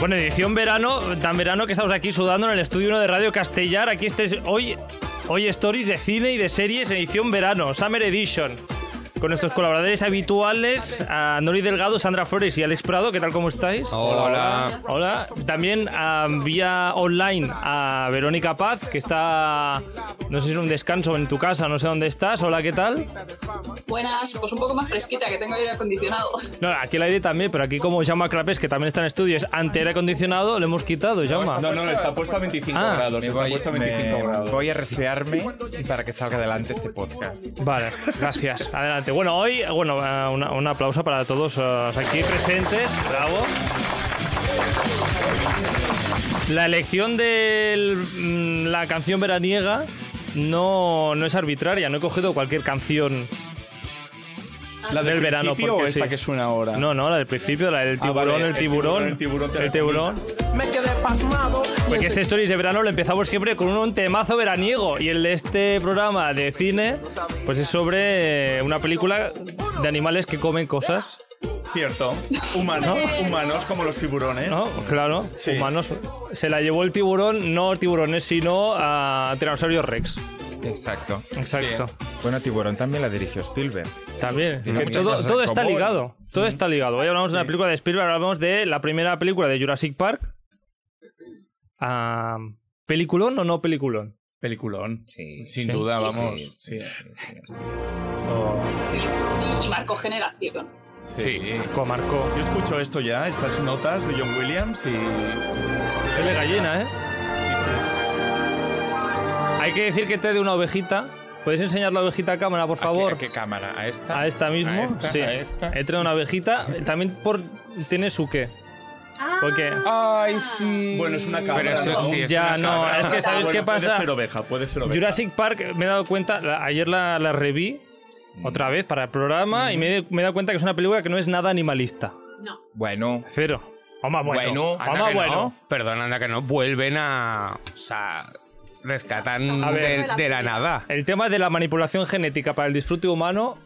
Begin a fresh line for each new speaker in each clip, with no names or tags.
Bueno, edición verano, tan verano que estamos aquí sudando en el estudio 1 de Radio Castellar. Aquí estés hoy, hoy stories de cine y de series, edición verano, Summer Edition. Con nuestros colaboradores habituales, a Nori Delgado, Sandra Flores y Alex Prado, ¿qué tal, cómo estáis?
Hola, hola.
Hola, también ah, vía online a Verónica Paz, que está, no sé si es un descanso en tu casa, no sé dónde estás. Hola, ¿qué tal?
Buenas, pues un poco más fresquita, que tengo aire acondicionado.
No, aquí el aire también, pero aquí como llama Crapes, que también está en estudios, ante aire acondicionado, le hemos quitado, llama.
No, no, está puesto a 25
Ah,
grados.
Me
Está
voy,
puesto a
me
25 grados.
voy a resfriarme para que salga adelante este podcast.
Vale, gracias. Adelante. Bueno, hoy, bueno, eh, una- un aplauso para todos eh, los aquí presentes. Bravo. La elección de la canción veraniega no, no es arbitraria. No he cogido cualquier canción.
¿La
del verano,
principio
porque
o esta
sí.
que suena ahora?
No, no, la del principio, la del
Ah,
tiburón,
vale,
el tiburón.
el tiburón, el tiburón te
el
la comí.
tiburón. Porque este Stories de verano lo empezamos siempre con un temazo veraniego. Y el de este programa de cine, pues es sobre eh, una película de animales que comen cosas.
Cierto. Humanos, humanos como los tiburones.
No, claro,
Sí.
humanos. Se la llevó el tiburón, no tiburones, sino a Tiranosaurio Rex.
Exacto.
Exacto.
Bueno, Tiburón también la dirigió Spielberg.
También.
Tiene
que
muchas
todo
cosas en
todo está
común.
ligado. Todo está ligado. Hoy hablamos de una película de Spielberg, ahora hablamos de la primera película de Jurassic Park. Ah, ¿Peliculón o no peliculón?
Peliculón.
Sí,
Sin
Sí,
duda,
sí,
vamos.
sí,
Sí.
Y, y marcó generación.
Sí.
Marco, Marco.
Yo escucho esto ya, estas notas de John Williams y.
Es de gallina, ¿eh? Hay que decir que trae de una ovejita. ¿Podéis enseñar la ovejita a cámara, por favor?
¿A qué, a qué cámara? ¿A esta?
A esta mismo,
¿A esta?
sí.
¿A esta?
He traído una abejita. También por tiene su qué. Porque
Ay, sí.
Bueno, es una cámara.
Pero eso
¿no?
sí, es
Ya,
una
no,
cabra.
es que ¿sabes
Ah, Bueno,
qué pasa?
Puede ser oveja, puede ser oveja.
Jurassic Park me he dado cuenta, la- ayer la, la reví otra vez para el programa y me, he- me he dado cuenta que es una película que no es nada animalista.
No.
Bueno,
Cero. Oma bueno.
Bueno, anda
Oma
que
bueno.
no. Perdón, anda que no. Vuelven a. O sea, rescatan
A ver.
de, de la nada.
El tema de la manipulación genética para el disfrute humano,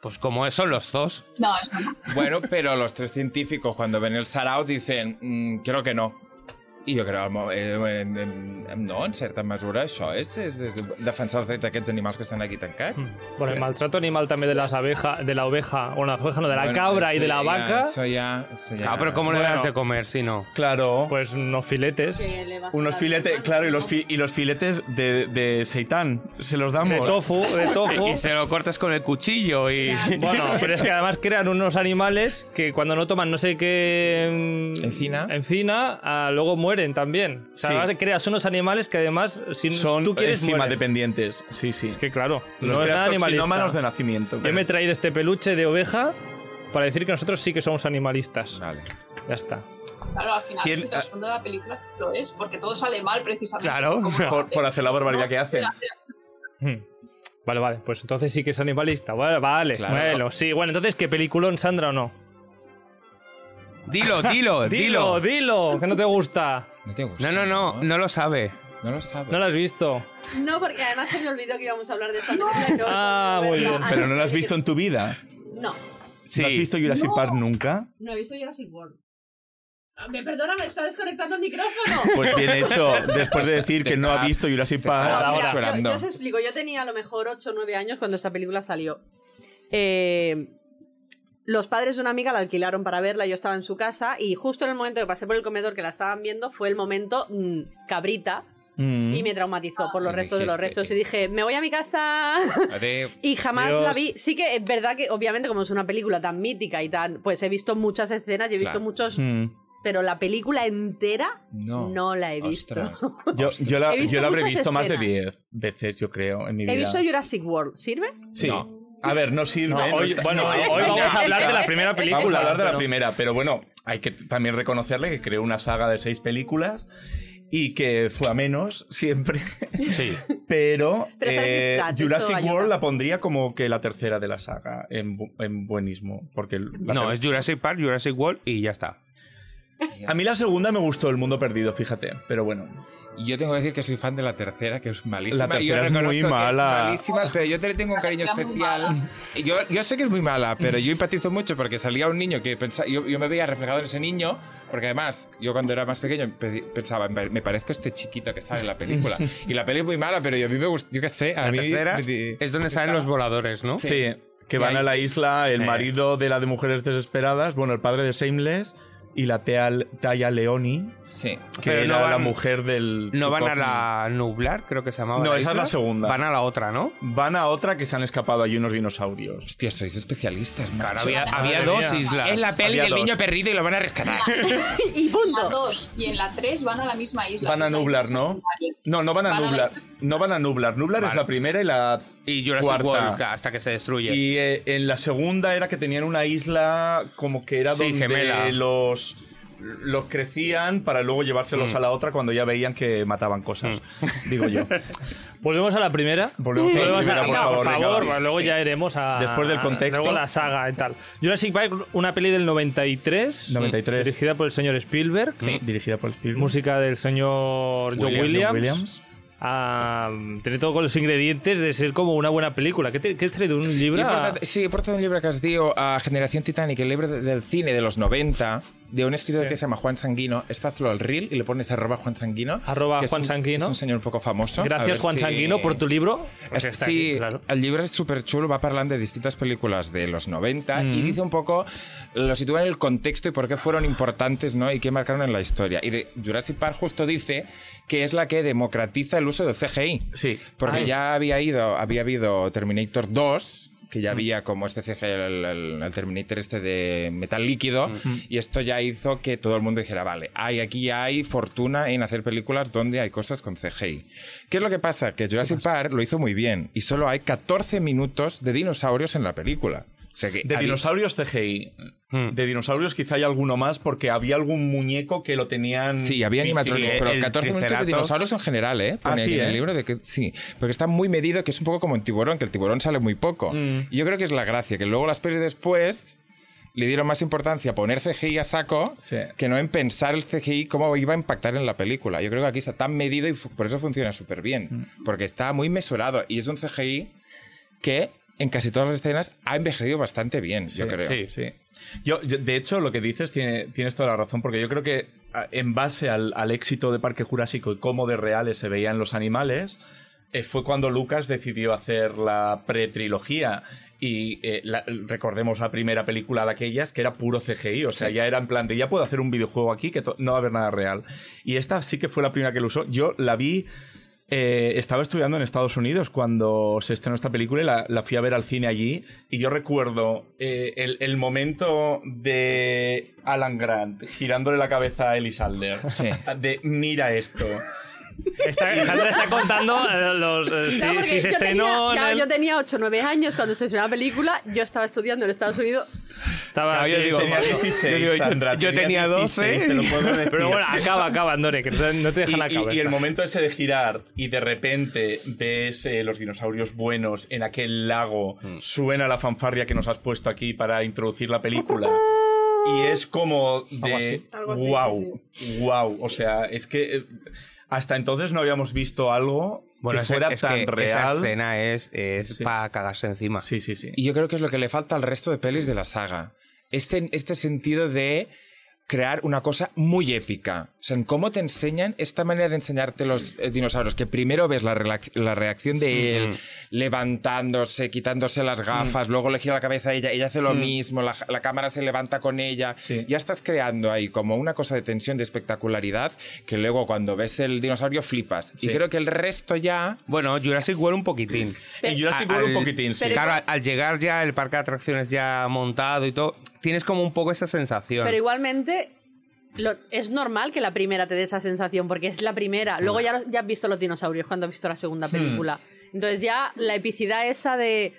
Pues como son los dos.
No, eso no.
bueno, pero los tres científicos cuando ven el sarao dicen, "Mm, creo que no. I jo crec, home, eh, eh, eh, no, en certa mesura, això és, és, és defensar els drets d'aquests animals que estan aquí tancats.
por el maltrato animal también de las abejas, de la oveja, o la oveja, no, de la
Bueno,
cabra y
eso
de la
ya-
vaca,
Eso ya, eso ya.
Ah, pero ¿cómo le
Bueno.
das de comer si no?
Claro.
pues unos filetes.
Unos filetes, claro, y los, fi- y los filetes de, de seitán. Se los
De
damos.
tofu, de tofu.
Y se lo cortas con el cuchillo y.
Bueno, pero es que además crean unos animales que cuando no toman no sé qué. mm,
Encina.
Encina, ah, luego mueren también. O sea,
Sí.
además creas unos animales que además, si
Son
tú quieres.
encima
mueren.
dependientes. Sí, sí.
Es que claro,
Los
no es nada
toxinómanos de
animalista.
nacimiento.
Yo
claro.
me he traído este peluche de oveja para decir que nosotros sí que somos animalistas.
Vale.
Ya está.
Claro, al final
¿Quién- Ah.
el trasfondo de la película lo es, porque todo sale mal precisamente.
Claro.
Como lo
Por, por hacer la barbaridad que hacen.
Hmm. Vale, vale, pues entonces sí que es animalista. Vale, vale.
Claro.
Bueno, sí, bueno, entonces, ¿qué peliculón, Sandra o no?
Dilo,
Dilo,
dilo, dilo.
dilo, que no te gusta.
No te gusta.
No, no, no, no lo sabe.
No lo sabes.
No lo has visto.
No, porque además se me olvidó que íbamos a hablar de esta película. y no
Ah,
he podido
muy
verla.
bien.
Ah,
Pero
sí,
no lo has
sí,
visto en tu vida.
No,
Sí.
¿No has visto Jurassic
No.
Park nunca?
no he visto Jurassic World. Ah, Me perdona, me está desconectando el micrófono.
Pues bien hecho, después de decir que no ha visto Jurassic Park.
Ahora, ahora.
Mira, yo-
Llorando.
Yo, os explico, yo tenía a lo mejor 8 o 9 años cuando esta película salió. Eh, los padres de una amiga la alquilaron para verla, yo estaba en su casa y justo en el momento que pasé por el comedor que la estaban viendo fue el momento mm, cabrita
Mm.
y me traumatizó por los
Y
restos de los
dijiste,
restos y dije, me voy a mi casa.
Adeu.
Y jamás
Dios.
la vi. Sí que es verdad que, obviamente, como es una película tan mítica y tan. Pues he visto muchas escenas y he visto
Claro.
muchos.
Mm.
Pero la película entera
No.
no, la he visto.
Ostras.
Yo, yo la,
He visto
yo la habré
muchas
visto más de
escenas.
10 veces, yo creo, en mi vida.
He visto Jurassic World. ¿Sirve?
Sí.
No.
A ver, no sirve.
No,
no
hoy,
está-
bueno,
no es
hoy vamos a
magnífica.
hablar de la primera película.
Vamos a hablar de la
pero-
primera, pero bueno, hay que también reconocerle que creó una saga de seis películas y que fue a menos siempre.
Sí.
Pero,
Pero está
eh,
registrado,
Jurassic
eso ayuda.
World la pondría como que la tercera de la saga en, bu- en buenismo. Porque la
No,
ter-
es Jurassic Park, Jurassic World y ya está.
A mí la segunda me gustó, El Mundo Perdido, fíjate. Pero bueno,
Y yo tengo que decir que soy fan de la tercera, que es malísima.
La
Y yo
tercera es
reconozco
muy
que
mala.
malísima, pero yo te le tengo un cariño
tercera es muy
especial. Y Yo, yo sé que es muy mala, pero yo empatizo mucho porque salía un niño que pensaba. Yo, yo me veía reflejado en ese niño Porque además, yo cuando era más pequeño pe- pensaba, "Me- me parezco este chiquito que sale en la película. Y la peli es muy mala, pero yo a mí me gusta, yo qué sé, a
La
mí...
tercera
me-
es donde salen los voladores, ¿no?
Sí. que van
Y ahí-
a la isla, el
Eh.
marido de la de mujeres desesperadas, bueno, el padre de Shameless y la Tea- Taya Leoni,
Sí.
que
Pero no
era la
van-
mujer del.
No van a
Chukovny.
la nublar, creo que se llamaba.
No, esa es la
isla.
segunda.
Van a la otra, ¿no?
Van a otra que se han escapado allí unos dinosaurios.
Hostia, sois especialistas,
Claro,
macho.
había, había
Madre
dos
mía.
islas. Es la
peli Ah, Había del dos. niño
perdido y lo van a rescatar.
Y
En la
punto.
2 y en la 3 van a la misma isla.
Van a
que es la
nublar,
isla
¿no?
secundaria.
No, no van a
Van a la
nublar.
isla.
No van a nublar. Nublar es
Vale.
la primera y la.
Y Jurassic
Cuarta.
World hasta que se destruye.
Y eh, en la segunda era que tenían una isla como que era
Sí,
donde
gemela.
los. Los crecían para luego llevárselos
Mm.
a la otra cuando ya veían que mataban cosas. Digo yo.
Volvemos a la primera.
Volvemos a la
Volvemos
primera, por
no,
favor, venga,
favor,
va.
luego ya iremos a.
Después del contexto.
Luego la saga y tal. Jurassic Park, una peli del 93.
93.
Dirigida por el señor Spielberg.
Dirigida por Spielberg.
Música del señor John
Williams.
Williams.
Williams.
Ah, tiene todo con los ingredientes de ser como una buena película. ¿Qué, te, qué has traído? ¿Un libro?
He portat- sí, he portado un libro que has dicho a Generación Titanic, el libro de- del cine de los 90, de un escritor
Sí.
que se llama Juan Sanguino. Está hazlo al reel y le pones arroba Juan Sanguino.
Arroba
que es
Juan
un-
Sanguino.
Es un señor un poco famoso. A ver
Gracias, Juan
si-
Sanguino, por tu libro. Porque
Es-
está
sí,
aquí, claro.
el libro es súper chulo, va hablando de distintas películas de los 90 y
Mm.
dice un poco, lo sitúa en el contexto y por qué fueron importantes ¿no? y qué marcaron en la historia. Y de Jurassic Park justo dice que es la que democratiza el uso del CGI.
Sí.
Porque
Ah,
ya había ido, había habido Terminator 2, que ya había como este CG, el, el- el Terminator este de metal líquido, y esto ya hizo que todo el mundo dijera, vale, hay, aquí ya hay fortuna en hacer películas donde hay cosas con CGI. ¿Qué es lo que pasa? Que Jurassic Park lo hizo muy bien, y solo hay 14 minutos de dinosaurios en la película. O sea que
De
había-
dinosaurios CGI.
Mm.
De dinosaurios quizá hay alguno más porque había algún muñeco que lo tenían.
Sí, había
físico.
animatronics,
sí,
pero
el
14 minutos de
Triceratops.
dinosaurios en general, ¿eh?
Ah,
Pone aquí
sí,
en el
¿eh?
libro de que sí, porque está muy medido, que es un poco como en tiburón, que el tiburón sale muy poco.
Mm.
Y yo creo que es la gracia, que luego las pelis después le dieron más importancia a poner CGI a saco
Sí.
que no en pensar el CGI cómo iba a impactar en la película. Yo creo que aquí está tan medido y fu- por eso funciona súper bien,
Mm.
porque está muy mesurado y es un CGI que en casi todas las escenas ha envejecido bastante bien, yo
Sí,
creo.
sí.
Sí. Yo, yo- de hecho, lo que dices tiene, tienes toda la razón, porque yo creo que a- en base al, al éxito de Parque Jurásico y cómo de reales se veían los animales, eh, fue cuando Lucas decidió hacer la pretrilogía. Y eh, la- recordemos la primera película de aquellas que era puro CGI, o sea, ya era en plan de ya puedo hacer un videojuego aquí que to- no va a haber nada real. Y esta sí que fue la primera que lo usó. Yo la vi eh, estaba estudiando en Estados Unidos cuando se estrenó esta película y la, la fui a ver al cine allí. Y yo recuerdo eh, el, el momento de Alan Grant girándole la cabeza a Elisalder.
Sí.
De mira esto.
Está, Sandra está contando eh, los, eh, si,
Claro, porque
si se
yo
estrenó.
tenía-
en
claro,
el-
yo tenía 8 o 9 años cuando se estrenó la película. Yo estaba estudiando en Estados Unidos.
Estaba
Claro, yo
así,
digo,
como-
Tenía 16,
yo- yo-
Sandra,
yo tenía
16, te lo puedo decir.
Pero bueno, acaba, acaba, Andore, que no te- no te
Y,
dejan
y-
acabar.
y el momento ese de girar y de repente ves eh, los dinosaurios buenos en aquel lago,
Mm.
suena la fanfarria que nos has puesto aquí para introducir la película. Y es como de
Algo así,
wow, wow. O sea, es que eh, hasta entonces no habíamos visto algo que
ese-
fuera
es
tan
que Esa
real.
escena es, es
Sí.
para cagarse encima.
Sí, sí, sí.
Y yo creo que es lo que le falta al resto de pelis de la saga. Este, este sentido de crear una cosa muy épica. O sea, en cómo te enseñan esta manera de enseñarte los eh, dinosaurios, que primero ves la, relac- la reacción de él
Mm.
levantándose, quitándose las gafas, luego le gira la cabeza a ella, ella hace lo
Mm.
mismo, la, la cámara se levanta con ella,
Sí.
ya estás creando ahí como una cosa de tensión, de espectacularidad, que luego cuando ves el dinosaurio flipas.
Sí.
Y creo que el resto ya...
Bueno, Jurassic World un poquitín.
Y Jurassic World un
Al-
poquitín, sí.
Pero-
Claro, al- al llegar ya el parque de atracciones ya montado y todo, tienes como un poco esa sensación.
Pero igualmente lo- es normal que la primera te dé esa sensación, porque es la primera. Luego ya, lo- ya has visto los dinosaurios cuando has visto la segunda
Hmm.
película. Entonces ya la epicidad esa de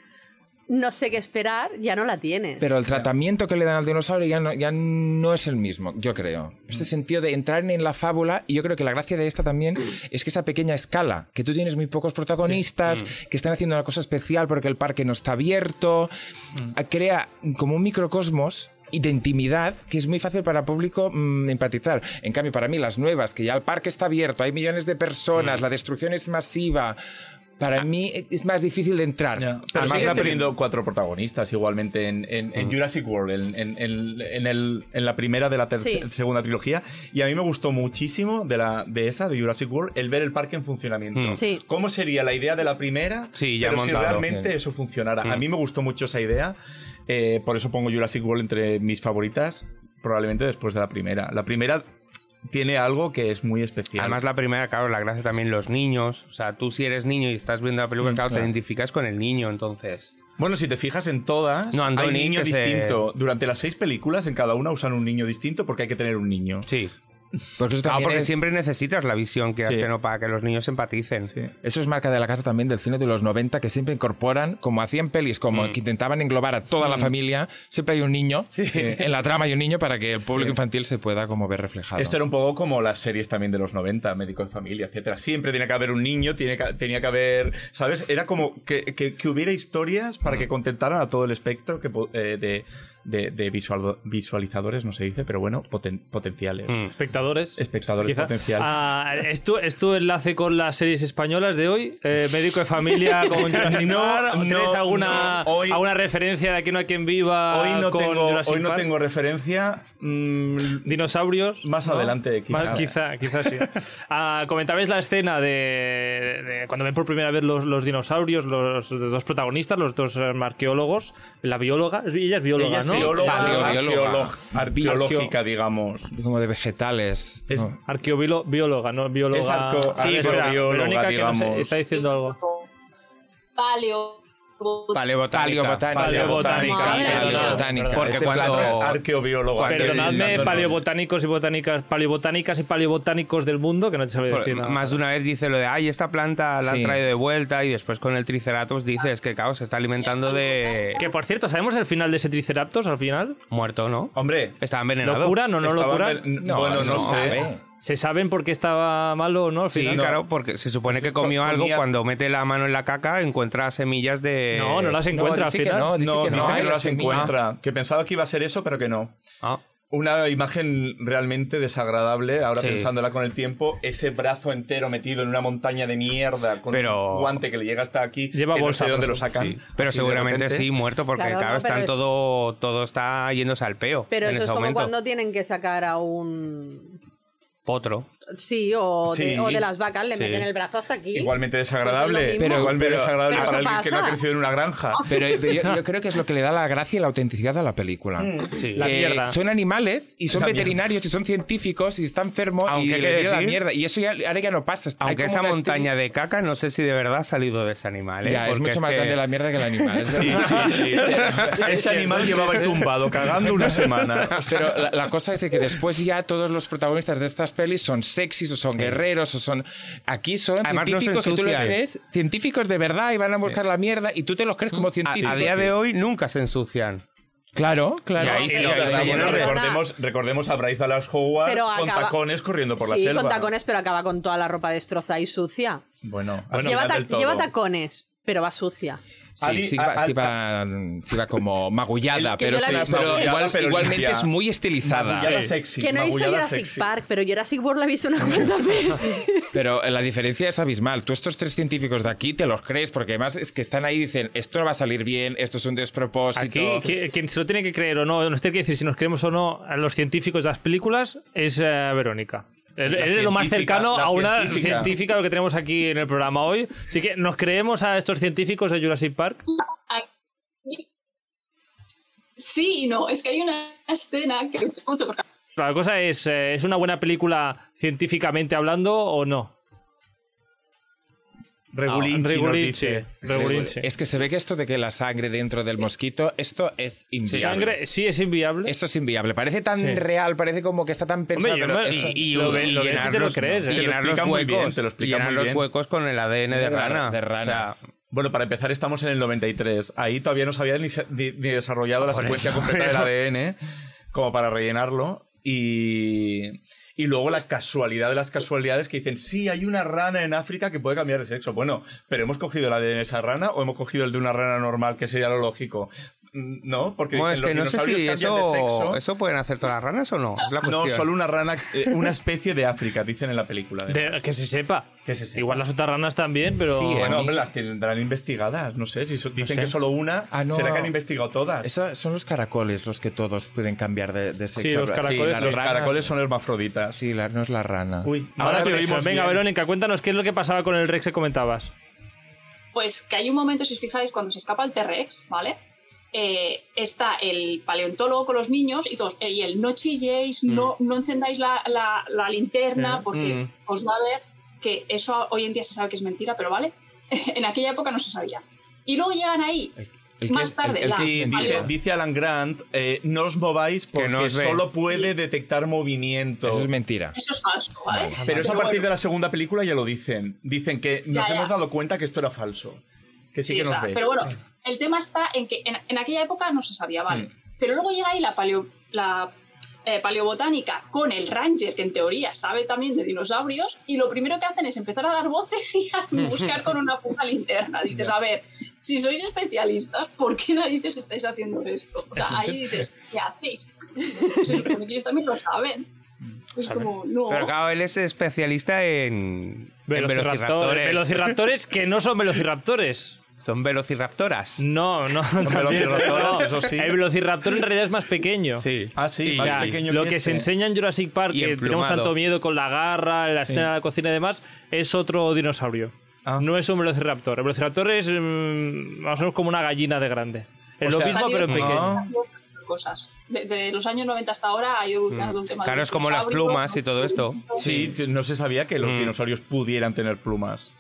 no sé qué esperar ya no la tienes.
Pero el tratamiento que le dan al dinosaurio ya no, ya no es el mismo, yo creo. Este sentido de entrar en la fábula, y yo creo que la gracia de esta también es que esa pequeña escala, que tú tienes muy pocos protagonistas, que están haciendo una cosa especial porque el parque no está abierto, a- crea como un microcosmos y de intimidad que es muy fácil para el público mm, empatizar. En cambio, para mí las nuevas, que ya el parque está abierto, hay millones de personas, la destrucción es masiva. Para mí es más difícil de entrar.
Ya,
A
Pero
mí
siguen
la prim-
teniendo cuatro protagonistas igualmente en, en- en Jurassic World, en, en- en- en el- en la primera de la ter-
Sí.
segunda trilogía. Y a mí me gustó muchísimo de, la, de esa, de Jurassic World, el ver el parque en funcionamiento.
Mm.
Sí.
¿Cómo sería la idea de la primera?
Sí, ya
pero
montado.
si realmente
Sí.
eso funcionara. A
Mm.
mí me gustó mucho esa idea. eh, por eso pongo Jurassic World entre mis favoritas, probablemente después de la primera. La primera tiene algo que es muy especial.
Además, la primera, claro, la gracia también los niños. O sea, tú si eres niño y estás viendo la película,
Mm,
claro, te
claro.
identificas con el niño, entonces.
Bueno, si te fijas en todas,
No, Antoni,
hay niño
que se-
distinto. Durante las seis películas, en cada una usan un niño distinto porque hay que tener un niño.
Sí.
Pues eso
Claro,
también
porque
es-
siempre necesitas la visión que
Sí.
hacen o para que los niños empaticen.
Sí.
Eso es marca de la casa también del cine de los 90, que siempre incorporan, como hacían pelis, como
Mm.
que intentaban englobar a
Mm.
toda la familia, siempre hay un niño, eh, en la trama hay un niño para que el público
Sí.
infantil se pueda como ver reflejado.
Esto era un poco como las series también de los 90, Médico de Familia, etcétera. Siempre tenía que haber un niño, tiene que- tenía que haber, ¿sabes? Era como que, que- que hubiera historias para
Mm.
que contentaran a todo el espectro que, po- eh, de, de- de visual- visualizadores, no se dice, pero bueno, poten- potenciales.
Mm.
Espectadores.
Espectadores
Quizá.
potenciales.
Ah, ¿es, tu, es tu enlace con las series españolas de hoy? Eh, ¿Médico de familia con Jurassic
No,
Park? ¿O ¿Tienes
no,
alguna,
no. Hoy-
alguna referencia de Aquí no hay quien viva
Hoy no,
con
tengo,
Jurassic
hoy no
Park?
tengo referencia. mm,
Dinosaurios.
Más adelante, quizá.
Más, quizá, quizá sí. Ah, comentabais la escena de, de cuando ven por primera vez los, los dinosaurios, los, dos protagonistas, los dos eh, arqueólogos, la bióloga, ella es bióloga,
Ella es
¿no?
bióloga,
Paleobióloga.
arqueolo- arqueológica, digamos.
Como de vegetales.
Es-
¿no?
Arqueobilo- bióloga, no bióloga. Ah,
Es arco-
sí, es verdad.
arqueobióloga,
Verónica, que no sé,
digamos.
está diciendo algo.
Paleo.
Paleobotánica.
Paleobotánica.
Paleobotánica.
Perdón,
Porque
Este
cuando-
La otra es
plato-
arqueobióloga.
Perdonadme,
Arqueobióloga.
paleobotánicos y botánicas, paleobotánicas y paleobotánicos del mundo, que no te sabe
Por-
decir nada.
más de una vez dice lo de, ay, esta planta la han
Sí.
traído de vuelta y después con el Triceratops dices que, claro, se está alimentando de...
Que por cierto, ¿sabemos el final de ese Triceratops al final?
Muerto, ¿no?
Hombre,
Está envenenado.
¿Locura? ¿No, no
estaban
locura?
del- bueno, no,
a
sé.
ver.
¿Se saben por qué estaba malo o no al
Sí,
final?
claro, porque se supone que
co-
comió
comía-
algo, cuando mete la mano en la caca encuentra semillas de...
No, no las encuentra
No,
al
dice que
final.
no, dice
No,
que no,
dice que
hay
¿eh?
no las
semilla.
encuentra. Que pensaba que iba a ser eso, pero que no.
Ah,
Una imagen realmente desagradable, ahora
Sí.
pensándola con el tiempo, ese brazo entero metido en una montaña de mierda con
Pero-
un guante que le llega hasta aquí,
Lleva
que no
bolsa,
sé dónde
por
lo sacan.
sí. Pero
así de
seguramente
repente.
sí, muerto, porque claro,
Claro, no,
están
pero es-
todo, todo está yéndose al peo
Pero
en
eso es
ese
como
momento.
cuando tienen que sacar a un.
Potro.
Sí, o,
Sí.
De, o de las vacas le
Sí.
meten el brazo hasta aquí.
Igualmente desagradable,
Porque es lo mismo.
pero igualmente
Pero-
desagradable
pero
para
eso
alguien que no ha
pasa.
crecido en una granja.
Pero pero yo, yo creo que es lo que le da la gracia y la autenticidad a la película.
Sí.
La
Que
mierda.
son animales y son
Mm, La mierda.
veterinarios y son científicos y está enfermo
Aunque
y
hay
le
que
dio la
decir-
mierda. Y eso ya, ahora ya no pasa. Hay
Aunque
como
esa
una
montaña de caca, no sé si de verdad ha salido de ese animal. ¿eh?
Ya, es
Porque
mucho más
que-
grande la mierda que el animal. es
Sí,
verdad.
sí, sí. Ese animal llevaba tumbado, cagando una semana.
Pero la, la cosa es de que después ya todos los protagonistas de estas pelis son sexys o son guerreros o son... Aquí son
Además, no se
científicos que tú los
ensucian.
ves, científicos de verdad y van a buscar la mierda y tú te los crees como
A,
científicos.
a día de hoy nunca se ensucian.
Claro, claro.
Y ahí sí,
Pero,
ahí
pero
sí,
bueno,
ahí sí.
recordemos, recordemos a Bryce Dallas Howard
Pero
con
acaba-
tacones corriendo por la
sí,
selva.
con tacones, pero acaba con toda la ropa destrozada y sucia.
Bueno,
lleva,
al
ta-
final Ah, del todo.
lleva tacones, pero va sucia.
Sí,
Ali-
sí, va,
a-
sí
a-
va- sí va como magullada,
El que
pero,
yo la
sí,
he visto
pero
magullada,
igual-
pero
igualmente
limpia.
es muy estilizada.
Magullada
Sí.
sexy.
que no he visto
magullada
Jurassic
sexy.
Park, pero Jurassic World la he visto unas cuantas veces.
Pero la diferencia es abismal. Tú estos tres científicos de aquí te los crees, porque además es que están ahí y dicen, esto no va a salir bien, esto es un despropósito.
Aquí, qui- quien se lo tiene que creer o no, nos tiene que decir si nos creemos o no a los científicos de las películas es eh, Verónica. Él-
La
él es lo más
científica,
cercano
la
a una científica.
científica.
lo que tenemos aquí en el programa hoy. Así que, ¿nos creemos a estos científicos de Jurassic Park?
Sí y no. Es que hay una escena que me gusta mucho porque
La cosa es, eh, ¿es una buena película científicamente hablando o no?
Regulinchi nos
Regulinchi,
dice.
Regulinchi.
Es que se ve que esto de que la sangre dentro del mosquito, esto es inviable.
Sangre, sí, es inviable.
Esto es inviable. Parece tan
Sí.
real, parece como que está tan pensado.
Hombre, yo
pero
me-
eso-
y- y- lo ve- lo ves y te lo
llenarlos-
crees, ¿eh? Te
y
lo
llenar los
explican muy bien,
huecos-
te lo explican
llenar
muy
los
bien.
huecos con el ADN de,
De ra-
rana.
de rana.
O sea,
Bueno, para empezar estamos en el 93. Ahí todavía no se había ni, se- ni- ni desarrollado
Ah,
la secuencia completa del ADN ¿eh? como para rellenarlo. Y, y luego la casualidad de las casualidades que dicen, sí, hay una rana en África que puede cambiar de sexo. Bueno, pero ¿hemos cogido el ADN de esa rana o hemos cogido el de una rana normal, que sería lo lógico? Mm, No, porque
Bueno, es
los
que no sé
dinosaurios
si
cambian de
eso,
sexo.
eso pueden hacer todas las ranas o no. Es la
No,
cuestión.
solo una rana, eh, una especie de África, dicen en la película. además.
De- que se sepa.
Que se sepa.
Igual las otras ranas también, pero.
Sí,
Bueno,
a mí-
hombre, las tendrán investigadas, no sé, si so- dicen
sé.
que solo una,
Ah, no.
¿será que han investigado
ah.
todas?
Eso son los caracoles los que todos pueden cambiar de, de sexo.
Sí, los
Sí,
caracoles
la
los
rana-
caracoles son hermafroditas.
Sí, la- no es la rana.
Uy,
Ahora
ahora, te
con eso.
oímos
Venga,
bien.
Verónica, cuéntanos qué es lo que pasaba con el Rex que comentabas.
Pues que hay un momento, si os fijáis, cuando se escapa el T-Rex, ¿vale? Eh, está el paleontólogo con los niños y todos, eh, y el no chilléis, no, no encendáis la, la- la linterna
Sí.
porque
Mm.
os va a ver que eso hoy en día se sabe que es mentira, pero ¿vale? en aquella época no se sabía. Y luego llegan ahí,
El
más
que-
tarde,
el-
la-
Eh, Sí,
Vale.
dice, dice Alan Grant, eh, no os mováis porque
no os ve.
solo puede detectar movimiento.
Eso es mentira.
eso es falso, ¿vale?
Pero eso a partir
bueno,
de la segunda película ya lo dicen. Dicen que nos
Ya, ya.
hemos dado cuenta que esto era falso. Que sí,
sí,
que
o
nos
sea,
ve.
Pero bueno,
Mm.
el tema está en que en, en aquella época no se sabía, ¿vale?
Mm.
Pero luego llega ahí la, paleo, la eh, paleobotánica con el ranger, que en teoría sabe también de dinosaurios, y lo primero que hacen es empezar a dar voces y a buscar con una puta linterna. Dices, a ver, si sois especialistas, ¿por qué narices estáis haciendo esto? O sea, ahí dices, ¿qué hacéis? Se supone que ellos también lo saben.
Mm.
Es como, no.
Pero claro, él es especialista en. en
Velociraptores.
velociraptores.
eh,
Velociraptores que no son velociraptores.
Son velociraptoras.
No, no. también-
velociraptores,
no.
eso sí.
El velociraptor en realidad es más pequeño.
Sí.
Ah, sí,
Y
más
ya,
pequeño
lo
que
que se
este.
enseña en Jurassic Park,
Y
que tenemos
emplumado.
tanto miedo con la garra, la escena de la cocina y demás, es otro dinosaurio.
Ah.
No es un velociraptor. El velociraptor es mm, más o menos como una gallina de grande. Es
O
lo
sea,
mismo, pero en
no.
pequeño.
cosas. Desde los años 90 hasta ahora ha ido evolucionando un tema de
Mm. Claro, es como las
dinosaurios,
plumas y todo esto.
Sí, sí, no se sabía que los dinosaurios pudieran tener plumas.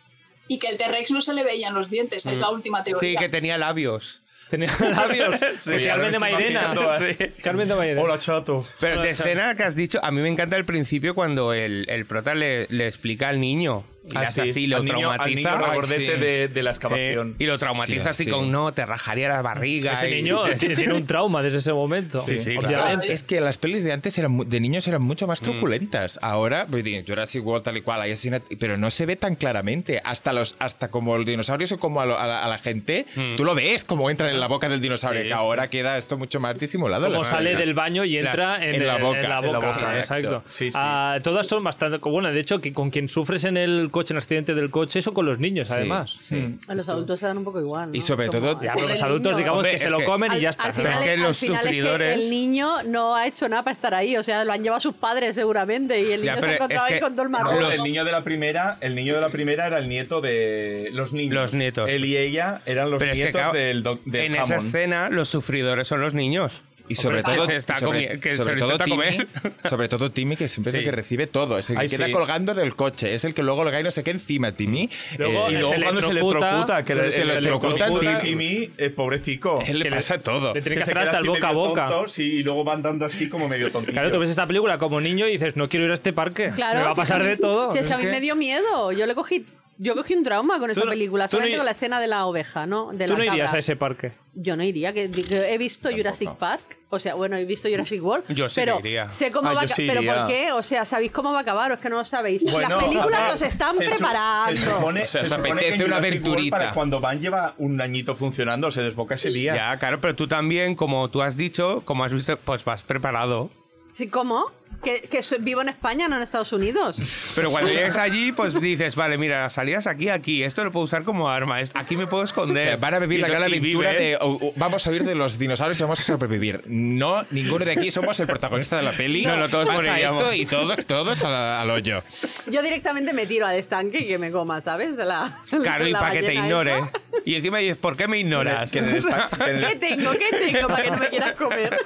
Y que el T-Rex no se le veían los dientes, es la última
Sí,
teoría.
que tenía labios.
Tenía labios. Pues
ya
Carmen
me
de
estoy
Mairena.
imaginando, ¿eh?
Carmen de Mairena.
Hola, chato.
Pero
Hola,
de
Xavi.
escena que has dicho, a mí me encanta el principio cuando el, el prota le, le explica al niño. Y le hace así, lo
Ah, al niño,
traumatiza.
al niño
Ay,
regordete
sí.
de, de la excavación.
Eh, y lo traumatiza
Hostia,
así
sí.
con no, te rajaría la barriga.
Ese
y-
niño tiene un trauma desde ese momento.
Sí, sí, claro.
obviamente.
Es que las pelis de antes eran mu- de niños eran mucho
Mm.
más truculentas. Ahora, voy a decir, Jurassic World tal y cual, hay escena- pero no se ve tan claramente. Hasta los, hasta como el dinosaurio o como a, lo- a la, a la gente,
Mm.
tú lo ves como entra en la boca del dinosaurio. Que ahora queda esto mucho más disimulado.
Como
las
sale
pelis.
del baño y entra en,
en la
el-
boca,
en la
en la
boca,
boca,
exacto.
exacto. Sí, sí.
Ah, todas son bastante. Bueno, de hecho, que con quien sufres en el coche, en el accidente del coche, eso con los niños,
Sí,
además.
sí.
A los adultos se dan un poco igual. ¿no?
Y sobre
Como-
todo-
Ya, pero los
El
adultos,
niño-
digamos
Hombre,
que se
es
lo
que-
comen y
Al-
ya está.
Al final,
Pero es
es
que
al
los
final es que
sufridores-
el niño no ha hecho nada para estar ahí. O sea, lo han llevado sus padres seguramente. Y el
Ya,
niño se
pero
ha encontrado
es
ahí
que-
con todo el
No,
marrón.
el niño de la primera, el niño de la primera era el nieto de los niños.
Los nietos.
Él y ella eran los
Pero es que,
nietos
claro,
del, doc- del
en esa
jamón.
escena, los sufridores son los niños.
Y sobre
Hombre,
todo,
que se está comi-
sobre,
que
sobre
se lo
todo
intenta
Timmy,
comer.
sobre todo Timmy, que siempre es el
Sí.
que recibe todo, es el que
Ay,
queda
sí.
colgando del coche, es el que luego le cae no sé qué encima, Timmy. Eh,
Luego,
Y
Se
luego cuando se
electrocuta,
electrocuta, que le-
se
el- el
electrocuta,
electrocuta
tío.
Timmy, eh, pobrecico.
él le
que le-
pasa todo.
Le tiene que,
se
hacer
queda
hasta el
así
boca a
medio
boca.
tonto, sí, y luego van dando así como medio tontillo.
Claro, tú ves esta película como niño y dices, no quiero ir a este parque.
Claro,
me va a
si es que
pasar de
mí-
todo.
Si es que a mí
Es
me
que-
dio miedo. Yo le cogí. Yo cogí un trauma con esa
no-
película,
tú
solamente
no-
con la escena de la oveja, ¿no? De
Tú
la
no irías
cabra.
a ese parque.
Yo no iría, que, que he visto Jurassic Park, o sea, bueno, he visto Jurassic World,
Yo sí que
pero
iría.
sé cómo
Ah,
va,
yo
a-
sí
pero
iría.
¿por qué? O sea, ¿sabéis cómo va a acabar o es que no lo sabéis?
Bueno,
Las
a
películas
ver,
los están
se su-
preparando.
Se supone,
O sea,
se
os
supone que
apetece
en
una
Jurassic World,
aventurita.
para cuando van lleva un añito funcionando, se desboca ese día.
Ya, claro, pero tú también, como tú has dicho, como has visto, pues vas preparado.
Sí, ¿Cómo? Que, que so- vivo en España, no en Estados Unidos.
Pero cuando llegues allí, pues dices, vale, mira, las salidas aquí, aquí, esto lo puedo usar como arma, esto- aquí me puedo
O
esconder.
sea, van a vivir
Y
la
lo-
gran
y
aventura
vives.
de oh, oh, vamos a huir de los dinosaurios y vamos a sobrevivir. No, ninguno de aquí somos el protagonista de la peli.
No, no, todos
Pasa
moriríamos.
esto y todos, todos al, al hoyo.
Yo directamente me tiro al estanque y que me coma, ¿sabes? La,
Claro, y
la
para que te
ballena
ignore.
esa.
Y encima dices, ¿por qué me
Que en
ignoras?
el- que en el esta- que en el-
¿Qué tengo? ¿Qué tengo para que no me quieras comer?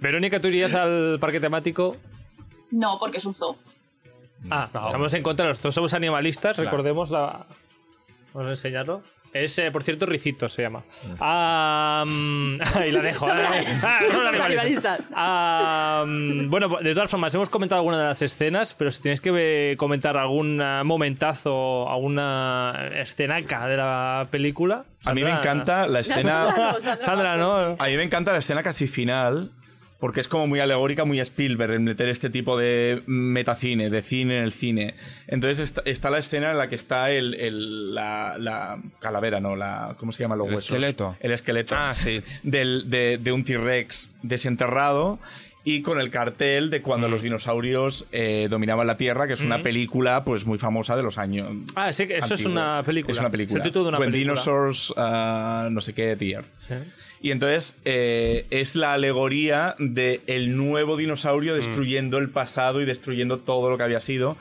Verónica, ¿tú irías al parque temático?
No, porque es un zoo.
Ah, estamos en contra, nosotros somos animalistas, recordemos la... Vamos a enseñarlo. Es, eh, por cierto, Ricito se llama. Ah, mm, ahí la dejo.
Somos
ah, ah, somos
somos
animalistas.
animalistas.
Ah, mm, bueno, de todas formas, hemos comentado alguna de las escenas, pero si tienes que eh, comentar algún ah, momentazo, alguna escenaca de la película.
A mí me
Sandra-
encanta la escena.
Sandra,
Sandra, ¿no?
A mí me encanta la escena casi final, porque es como muy alegórica, muy Spielberg, en meter este tipo de metacine, de cine en el cine. Entonces est- está, la escena en la que está el, el- la, la calavera, ¿no? La, ¿Cómo se llama? Los
El
huesos.
esqueleto.
El esqueleto.
Ah, sí.
Del- de, de un T-Rex desenterrado y con el cartel de
Mm.
cuando los dinosaurios eh, dominaban la Tierra, que es una película pues muy famosa de los años.
Ah, sí, que eso es
antiguos.
una película.
Es una película.
Es el título de una
When
película.
Dinosaurs, ah, no sé qué, The Earth. Y entonces eh, es la alegoría de el nuevo dinosaurio destruyendo el pasado y destruyendo todo lo que había sido.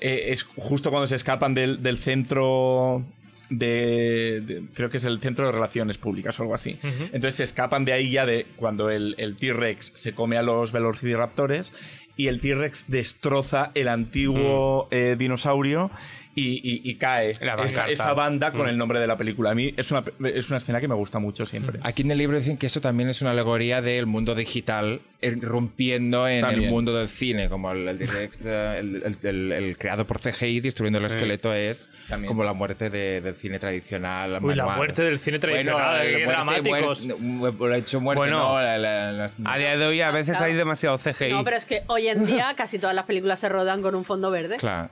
Eh, es justo cuando se escapan del, del centro de, de- Creo que es el centro de relaciones públicas o algo así. Entonces se escapan de ahí ya de cuando el, el T-Rex se come a los velociraptores y el T-Rex destroza el antiguo eh, dinosaurio. Y, y- y cae
La
esa,
pancarta.
esa banda con el nombre de la película. A mí es una, es una escena que me gusta mucho siempre.
Aquí en el libro dicen que eso también es una alegoría del mundo digital irrumpiendo en
También.
el mundo del cine, como el, el direct, eh, el, el- el- el creado por CGI destruyendo el esqueleto es
También.
como la muerte de- del cine tradicional.
Uy, la
manual.
muerte del cine tradicional,
la
qué
muerte-
dramáticos. Ah,
muerte- mu- mu- hecho muerte,
Bueno.
no, la- la- las-
A día de hoy a veces
Claro.
hay demasiado CGI.
No, pero es que hoy en día casi todas las películas se rodan con un fondo verde.
Claro.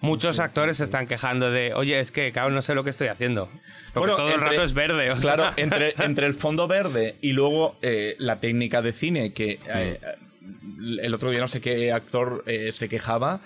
Muchos actores se están quejando de, oye, es que, claro, no sé lo que estoy haciendo. Porque todo el
entre-
rato es verde. o sea.
Claro, entre, entre el fondo verde y luego eh, la técnica de cine, que eh,
Mm.
el otro día no sé qué actor eh, se quejaba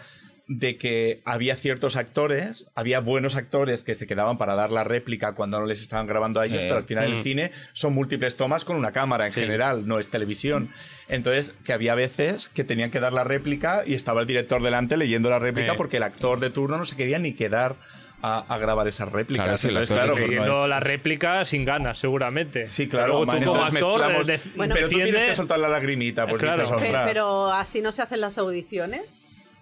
de que había ciertos actores, había buenos actores que se quedaban para dar la réplica cuando no les estaban grabando a ellos,
Sí.
pero al final
Mm.
el cine son múltiples tomas con una cámara en general, no es televisión. Entonces, que había veces que tenían que dar la réplica y estaba el director delante leyendo la réplica
Sí.
porque el actor de turno no se quería ni quedar a, a grabar esas réplicas.
Claro, sí, el
Entonces,
actor de
claro,
turno
pues,
Viendo
no es-
la réplica sin ganas, seguramente.
Sí, claro.
Luego tú como
entonces
actor
mezclamos-
de-
Bueno,
pero tú tienes
defiende-
que soltar la lagrimita, porque
Claro.
dices,
Pe-
ostras.
Pero así no se hacen las audiciones.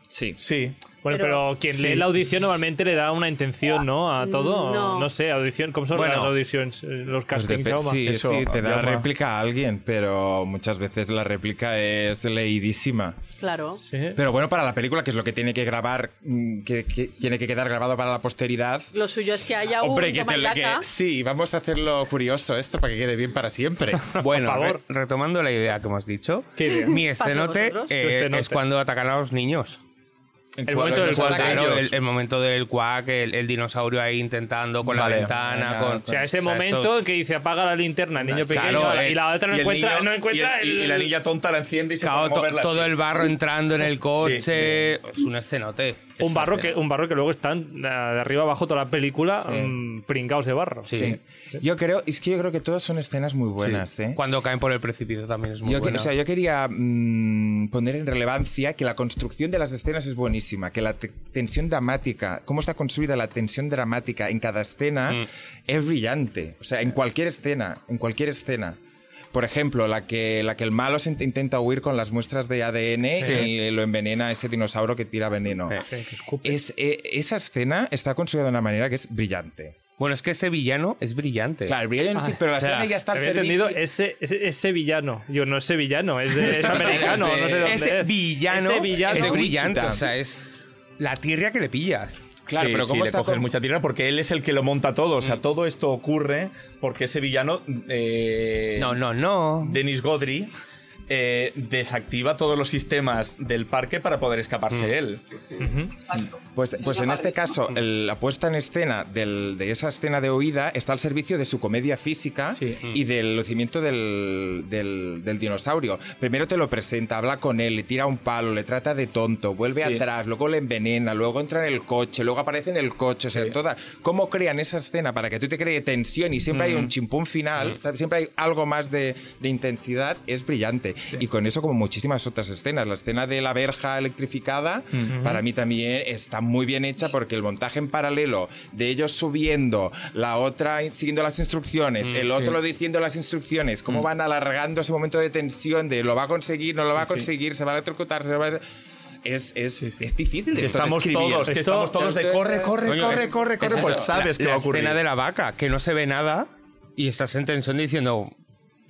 Sí.
Sí.
Bueno, pero,
pero-
quien
Sí.
lee la audición normalmente le da una intención, ¿no? A todo. No,
No.
sé, audición. ¿Cómo son
Bueno.
las audiciones? eh, Los
Pues
castings,
depe-
Jaume?
sí,
Eso,
sí, te da
llama.
réplica a alguien, pero muchas veces la réplica es leidísima.
Claro.
Sí.
Pero bueno, para la película, que es lo que tiene que grabar, mm, que, que tiene que quedar grabado para la posteridad.
Lo suyo es que haya
Hombre,
un
que te
toma y
que-
daca.
Sí, vamos a hacerlo curioso esto para que quede bien para siempre.
Bueno,
Por favor.
re- retomando la idea que hemos dicho,
Qué bien.
Eh, mi escenote,
vosotros.
eh,
Tu escenote.
es cuando atacan a los niños.
¿En
El
cuál-
momento
en
del
cuál
cuac.
de
Claro,
ellos?
el, el momento del quack, el, el dinosaurio ahí intentando con
Vale.
la ventana.
Vale,
con,
O sea, ese momento
eso es-
que dice apaga la linterna, el niño pequeño,
Claro,
y
el-
la otra no
Y el
encuentra,
niño-
no encuentra
y, el- y- y la niña tonta la enciende y se
claro,
pone a
to-
moverla
todo
así.
el barro entrando en el coche.
sí.
Es un escenote.
un barro que
escena.
un barro que luego están eh, de arriba abajo toda la película mm, pringados de barro.
Sí. Yo creo, es que yo creo que todas son escenas muy buenas, ¿eh?
Cuando caen por el precipicio también es muy
Yo, que-
bueno.
o sea, yo quería mm, poner en relevancia que la construcción de las escenas es buenísima, que la te- tensión dramática, cómo está construida la tensión dramática en cada escena
Mm.
es brillante. O sea, en cualquier escena, en cualquier escena. Por ejemplo, la que, la que el malo se int- intenta huir con las muestras de ADN
Sí.
y lo envenena a ese dinosaurio que tira veneno.
Sí.
Es, eh, esa escena está construida de una manera que es brillante.
Bueno, es que ese villano es brillante.
Claro, brillante, sí, pero la
Ah, o sea,
escena ya está al
Había
servicio-
entendido ese, ese, ese villano. Yo no es sevillano, es, de- es americano, no sé dónde
Ese
es.
villano
Ese villano.
es
de
brillante.
Wichita.
O sea, es la tirria que le pillas.
Claro,
sí,
pero
sí,
¿cómo
le
está
coges
con-
mucha tierra porque él es el que lo monta todo. O sea, todo esto ocurre porque ese villano. eh,
No, no, no.
Dennis Godry eh, desactiva todos los sistemas del parque para poder escaparse él.
Exacto.
Pues,
Sí,
pues
me
en este
parece.
caso, el- la puesta en escena del- de esa escena de oída está al servicio de su comedia física
Sí.
y del lucimiento del, del- del dinosaurio. Primero te lo presenta, habla con él, le tira un palo, le trata de tonto, vuelve
Sí.
atrás, luego le envenena, luego entra en el coche, luego aparece en el coche. O sea, toda, ¿cómo crean esa escena para que tú te crees tensión y siempre
Mm.
hay un chimpún final? ¿sabes? Siempre hay algo más de, de intensidad, es brillante. Y con eso, como muchísimas otras escenas. La escena de la verja electrificada, para mí también está muy bien hecha porque el montaje en paralelo de ellos subiendo, la otra siguiendo las instrucciones, el otro diciendo las instrucciones, cómo van alargando ese momento de tensión de lo va a conseguir, no lo va a conseguir, se va a electrocutar, se va a... Es, es, es difícil.
Que
esto de
estamos
escribir.
todos,
Esto-
que estamos todos de
esto-
corre, corre,
Coño,
corre,
es-
corre, corre.
es
Pues
eso,
sabes
la,
que va a
la
ocurrir.
escena de la vaca, que no se ve nada y estás en tensión diciendo.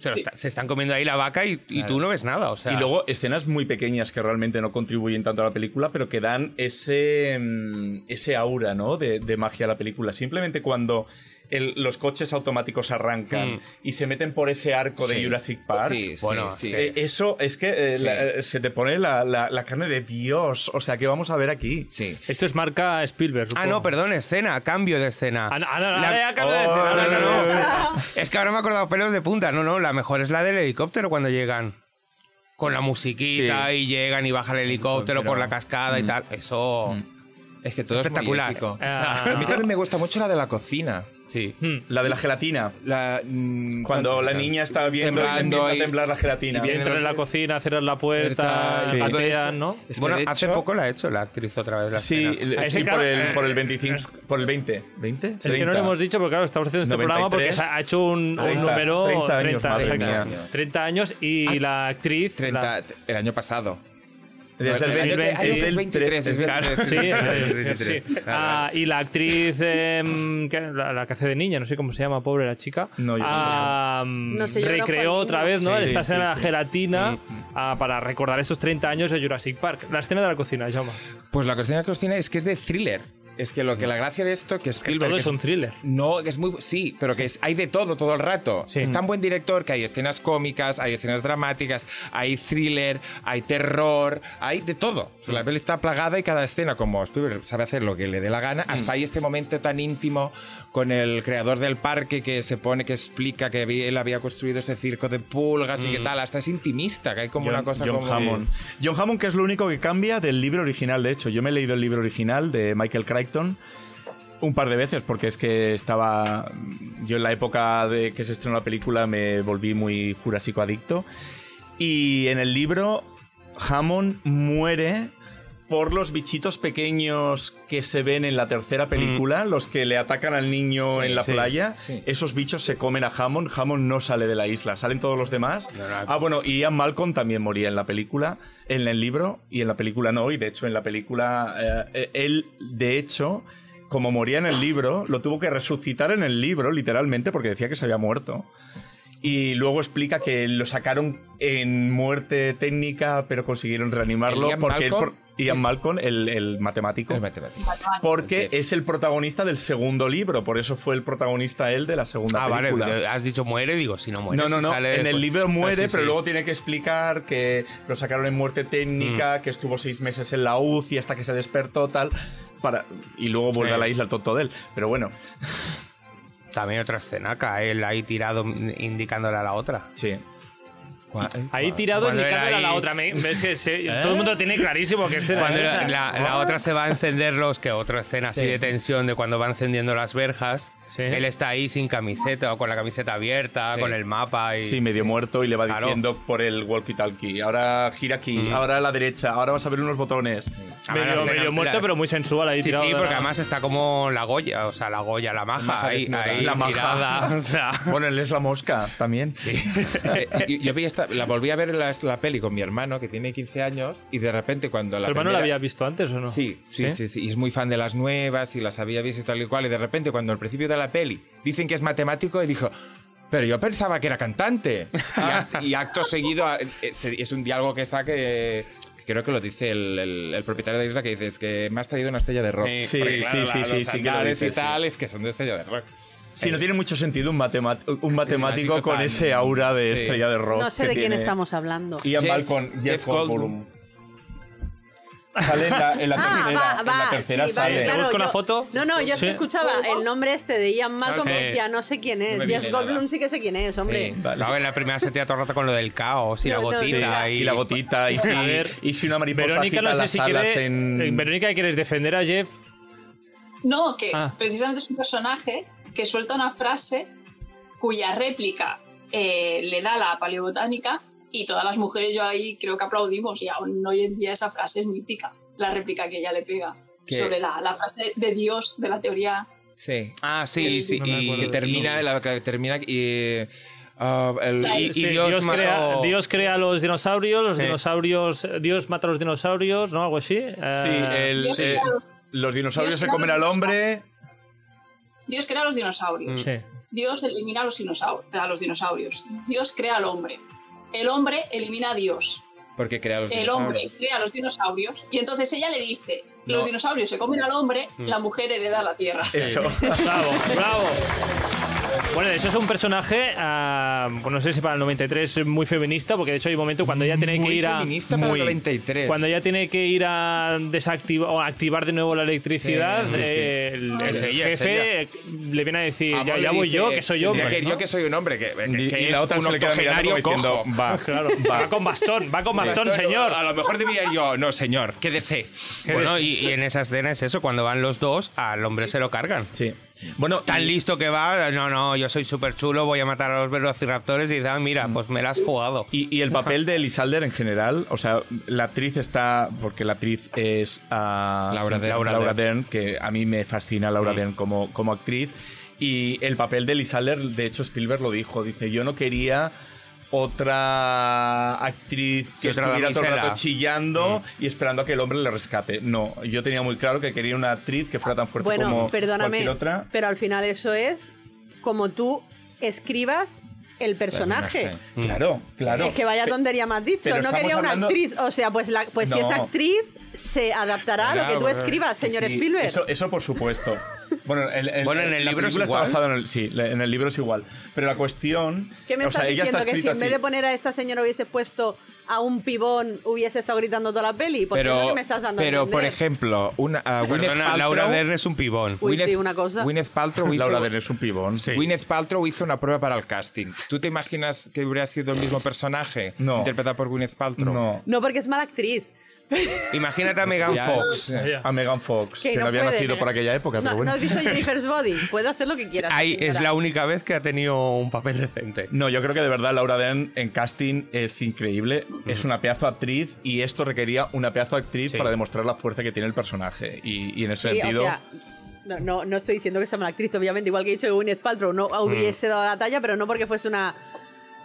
Se, lo está- se están comiendo ahí la vaca y, y tú no ves nada. O sea,
Y luego escenas muy pequeñas que realmente no contribuyen tanto a la película, pero que dan ese, mm, ese aura, ¿no? De, de magia a la película. Simplemente cuando el- los coches automáticos arrancan
Mm.
y se meten por ese arco de
Sí.
Jurassic Park.
Sí, sí,
Bueno,
sí.
Eh, eso es que eh,
Sí.
la- eh, se te pone la, la- la carne de Dios. O sea, ¿qué vamos a ver aquí?
Sí.
Esto es marca Spielberg.
Ah,
supongo.
no, perdón, escena, cambio de escena.
Ah, no, ah, no,
La-
ahora ya cambio de escena,
Oh,
No,
ahora
no,
ya no.
no. Es que ahora me he acordado pelos de punta. No, no, la mejor es la del helicóptero cuando llegan. Con la musiquita
Sí. mm.
y llegan y baja el helicóptero por
Pero-
la cascada y tal. Eso.
Es que todo
Espectacular.
es muy épico.
Ah.
A mí también me gusta mucho la de la cocina.
Sí.
Hmm.
La de la gelatina.
La, mm,
Cuando la niña está viendo y le
Temblando
empieza a
y-
temblar la gelatina.
y viene-
Entran en la cocina, cierran la puerta,
Sí.
patean, ¿no?
Es que
bueno,
de hecho-
hace poco la ha hecho la actriz otra vez. La
Sí,
escena.
le-
Ese
sí,
claro,
por, el,
eh,
por el 25, por el 20. ¿20?
Es que no lo hemos dicho, porque claro, estamos haciendo este programa porque
93,
se ha hecho un, un
30,
número
30 años, madre
exacto.
mía.
30 años y la actriz...
30,
la-
el año pasado.
Desde el
No,
20,
año-
desde
año
el 23.
es
desde el-
verdad.
Sí, eh, sí.
33.
Ah, y la actriz, em, que- la, la que hace de niña, no sé cómo se llama, pobre la chica,
No, yo no
ah, em,
No sé, yo no
recreó
juego al
otra
niño.
vez ¿no?
Sí,
esta
sí,
escena de la
sí.
gelatina ah, para recordar esos 30 años de Jurassic Park. La escena de la cocina, llama.
Pues la cuestión que os tiene es que es de thriller. Es que lo que la gracia de esto que Spielberg
Todo
que
es un thriller.
No, que es muy. Sí, pero que es, hay de todo, todo el rato.
Sí.
Es tan buen director que hay escenas cómicas, hay escenas dramáticas, hay thriller, hay terror, hay de todo. O sea,
Mm.
la peli está plagada y cada escena, como Spielberg sabe hacer lo que le dé la
Mm.
gana, hasta hay este momento tan íntimo con el creador del parque que se pone, que explica que había- él había construido ese circo de pulgas y que tal. Hasta es intimista, que hay como
Mm. John,
una cosa
John
como.
Hammond. John Hammond, que es lo único que cambia del libro original. De hecho, yo me he leído el libro original de Michael Crichton un par de veces porque es que estaba. Yo en la época de que se estrenó la película me volví muy jurásico adicto. Y en el libro, Hammond muere por los bichitos pequeños que se ven en la tercera película, los que le atacan al niño en la
Mm. sí,
playa.
sí.
Esos bichos se comen a Hammond. Hammond no sale de la isla, salen todos los demás. Ah, bueno, y Ian Malcolm también moría en la película, en el libro, y en la película no. Y de hecho, en la película, eh, eh, él, de hecho, como moría en el libro, lo tuvo que resucitar en el libro, literalmente, porque decía que se había muerto. Y luego explica que lo sacaron en muerte técnica, pero consiguieron reanimarlo.
¿El Ian
porque él
Malcolm?
por- Ian Malcolm, el, el matemático.
El matemático.
porque
Sí.
es el protagonista del segundo libro, por eso fue el protagonista él de la segunda
Ah, vale,
película.
has dicho muere, digo, si no muere.
No, no,
si
no.
sale
En
después.
el libro muere,
Ah, sí,
pero
sí.
luego tiene que explicar que lo sacaron en muerte
Mm.
técnica, que estuvo seis meses en la UCI hasta que se despertó, tal. Para, y luego vuelve
Sí.
a la isla el tonto de él. Pero bueno,
También otra escena, cae él ahí tirado indicándole a la otra.
sí.
Ahí tirado
Cuando era
indicándole a la
ahí- ¿Eh?
otra. Me- es que se- todo el mundo tiene clarísimo que este escena
Cuando
es
la,
esa.
la- la otra se va a encender los que otra escena así
Sí.
de tensión de cuando va encendiendo las verjas.
Sí.
Él está ahí sin camiseta o con la camiseta abierta,
Sí.
con el mapa y
Sí, medio muerto y le va
Claro. Mm.
diciendo por el walkie-talkie. Ahora gira aquí, ahora a la derecha, ahora vas a ver unos botones.
Además, la
Medio,
escena-
medio muerto,
la-
pero muy sensual ahí
Sí,
tirado.
sí,
de
porque
la-
además está como la Goya, o sea, la Goya, la maja,
maja
ahí,
desnuda.
ahí
La maja.
tirada, o sea.
Bueno, él es la mosca también.
Eh, yo, yo vi esta- la volví a ver la, la peli con mi hermano, que tiene 15 años, y de repente cuando
¿Tu
la
hermano la
primera-
había visto antes o no? ¿Eh?
Sí,
¿Sí?
sí, sí, sí, y es muy fan de las nuevas y las había visto y tal y cual, y de repente cuando al principio de la peli dicen que es matemático, y dijo, pero yo pensaba que era cantante. Y, act- y acto seguido, a- es, es un diálogo que está que... que Creo que lo dice el, el- el propietario de la isla que dice, es que me has traído una estrella de rock.
Sí,
Porque,
sí, sí,
la-
sí,
los
sí que lo
andares
dice,
y
sí.
tal, es que son de estrella de rock.
Sí, no tiene mucho sentido un, matemat- un matemático
Matemático
con
tan-
ese aura de
sí.
estrella de rock.
No sé
que
de quién
tiene.
estamos hablando.
Ian
Jeff-
Malcolm, Jeff,
Jeff
Goldblum. Sale en la, en la
Ah,
tercera,
va,
en la
va,
tercera
sí,
sale.
vale, claro,
¿Busco una
yo-
foto?
No, no, yo es
Sí.
que escuchaba el nombre este de Ian Malcolm
Claro.
y decía, no sé quién es.
No me
Jeff
viene nada.
Goldblum sí que sé quién es, hombre.
Sí.
Vale.
Claro, en la primera se tira todo el rato con lo del caos y
No,
la
no,
gotita.
Sí,
Venga.
y...
y la gotita, y si,
A ver,
y si una mariposa
Verónica,
agita
no sé
las
si
alas
quiere.
en...
eh, Verónica, ¿quieres defender a Jeff?
No, que
Ah.
precisamente es un personaje que suelta una frase cuya réplica eh, le da la paleobotánica y todas las mujeres yo ahí creo que aplaudimos y aún hoy en día esa frase es mítica, la réplica que ella le pega
¿Qué?
sobre la, la frase de Dios de la teoría.
Sí.
Ah, sí, sí,
No me
y
acuerdo
que
que
de
termina
termina,
el-
la, que termina y, ah, el-
Sí.
y, y
Sí,
Dios,
Dios,
mató-
crea, Dios crea a los dinosaurios, los
Sí.
dinosaurios, Dios mata a los dinosaurios, ¿no? Algo así.
Sí,
Eh,
el-
Dios,
eh,
crea los,
los dinosaurios
Dios
se
crea
comen
los
al hombre.
Dios crea a los dinosaurios.
sí.
Dios elimina a los, dinosau- a los dinosaurios. Dios crea al hombre. El hombre elimina a Dios.
Porque crea los
el
dinosaurios.
hombre crea a los dinosaurios y entonces ella le dice, los
No.
dinosaurios se comen al hombre,
Mm.
la mujer hereda la tierra.
Eh,
Eso.
Bravo, bravo. Bueno, de hecho es un personaje, ah, no sé si para el 93 muy feminista, porque de hecho hay un momento cuando ella tiene
Muy
que ir a...
feminista para el
Muy.
93.
Cuando ella tiene que ir a desactivar o a activar de nuevo la electricidad,
Sí, sí, sí.
eh, el,
Es
el
ella, es
jefe le viene a decir,
Amor
ya,
le
ya voy
dice,
yo, que soy hombre.
"Tendría que ir
¿no?
Yo que soy un hombre, que, que-
Y,
que
y
es
la otra
un
se le queda mirando como
octogenario
diciendo,
cojo".
va.
Claro, va con bastón, va con bastón,
Esto no-
señor.
A lo mejor diría yo, no, señor, quédese.
Bueno, y, y en esa escena es eso, cuando van los dos, al hombre se lo cargan.
Sí. Bueno,
Tan
y-
listo que va, no, no, yo soy súper chulo, voy a matar a los velociraptores y dice, "Ah, mira, pues me la has jugado.
Y, y el papel de Elizalder en general, o sea, la actriz está, porque la actriz es ah,
Laura Dern.
Laura, Dern, que a mí me fascina Laura Dern como, como actriz. Y el papel de Elizalder, de hecho Spielberg lo dijo, dice, yo no quería otra actriz que
Sí, otra
estuviera todo el
damisela.
rato chillando y esperando a que el hombre le rescate. No, yo tenía muy claro que quería una actriz que fuera tan fuerte
bueno,
como
perdóname,
cualquier otra.
pero al final eso es como tú escribas el personaje.
Claro, claro.
Es que vaya tontería más dicho.
pero
no
estamos
quería una
hablando-
actriz. O sea, pues, la, pues si
No.
es actriz, se adaptará a lo
Claro,
que tú
bueno,
escribas, señor
Sí,
Spielberg.
Eso, eso por supuesto. Bueno, el,
Bueno, en el
la
libro es
película está
igual.
basado en el, sí, la- en el libro es igual. Pero la cuestión.
¿Qué me
o sea,
estás
ella
diciendo?
está
que si
escrita
en vez
así.
de poner a esta señora hubiese puesto a un pibón, hubiese estado gritando toda la peli? Porque Pues es lo que me estás dando a
pero por
entender.
ejemplo, una, a Gwyneth
Perdona,
Paltrow-
Laura Dern es un pibón.
Uy,
Gwyneth-
sí, una cosa.
Gwyneth Paltrow hizo,
Laura Dern es un pibón.
Sí.
Gwyneth Paltrow hizo una prueba para el casting. ¿Tú te imaginas que hubiera sido el mismo personaje
No.
interpretado por Gwyneth Paltrow?
No.
No, porque es mala actriz.
Imagínate a Megan
Pues Ya,
Fox.
sí.
Ella.
A Megan Fox,
Que
que, no,
no
había
puede,
nacido
pero-
por aquella época,
No,
pero bueno.
no has visto Jennifer's Body. Puede hacer lo que quieras.
Ahí es
señora.
la única vez que ha tenido un papel decente.
No, yo creo que de verdad Laura Dern en casting es increíble. Es una pedazo actriz y esto requería una pedazo actriz
Sí.
para demostrar la fuerza que tiene el personaje. Y, y en ese
Sí,
sentido.
o sea, no, no, no estoy diciendo que sea mala actriz, obviamente. Igual que he dicho que Gwyneth Paltrow no hubiese dado la talla, pero no porque fuese una...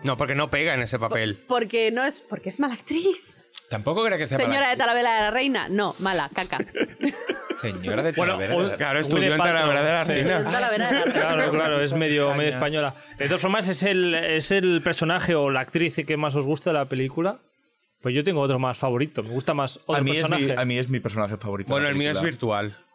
No, porque no pega en ese papel.
Porque no es... Porque es mala actriz.
Tampoco creo que sea
Señora
mala-
de Talavera de la Reina. No, mala, caca.
Señora de
Bueno,
Talavera.
o-
Claro,
Gwyneth
estudió en
Paltrow,
Talavera de la
sí.
Reina.
Talavera de la Reina.
Claro, claro, es medio, medio española. De todas formas, es el, es el personaje o la actriz que más os gusta de la película. Pues yo tengo otro más favorito, me gusta más otro
a, mí es
personaje.
mi, a mí es mi personaje favorito. de
Bueno,
la
el mío es
película.
virtual.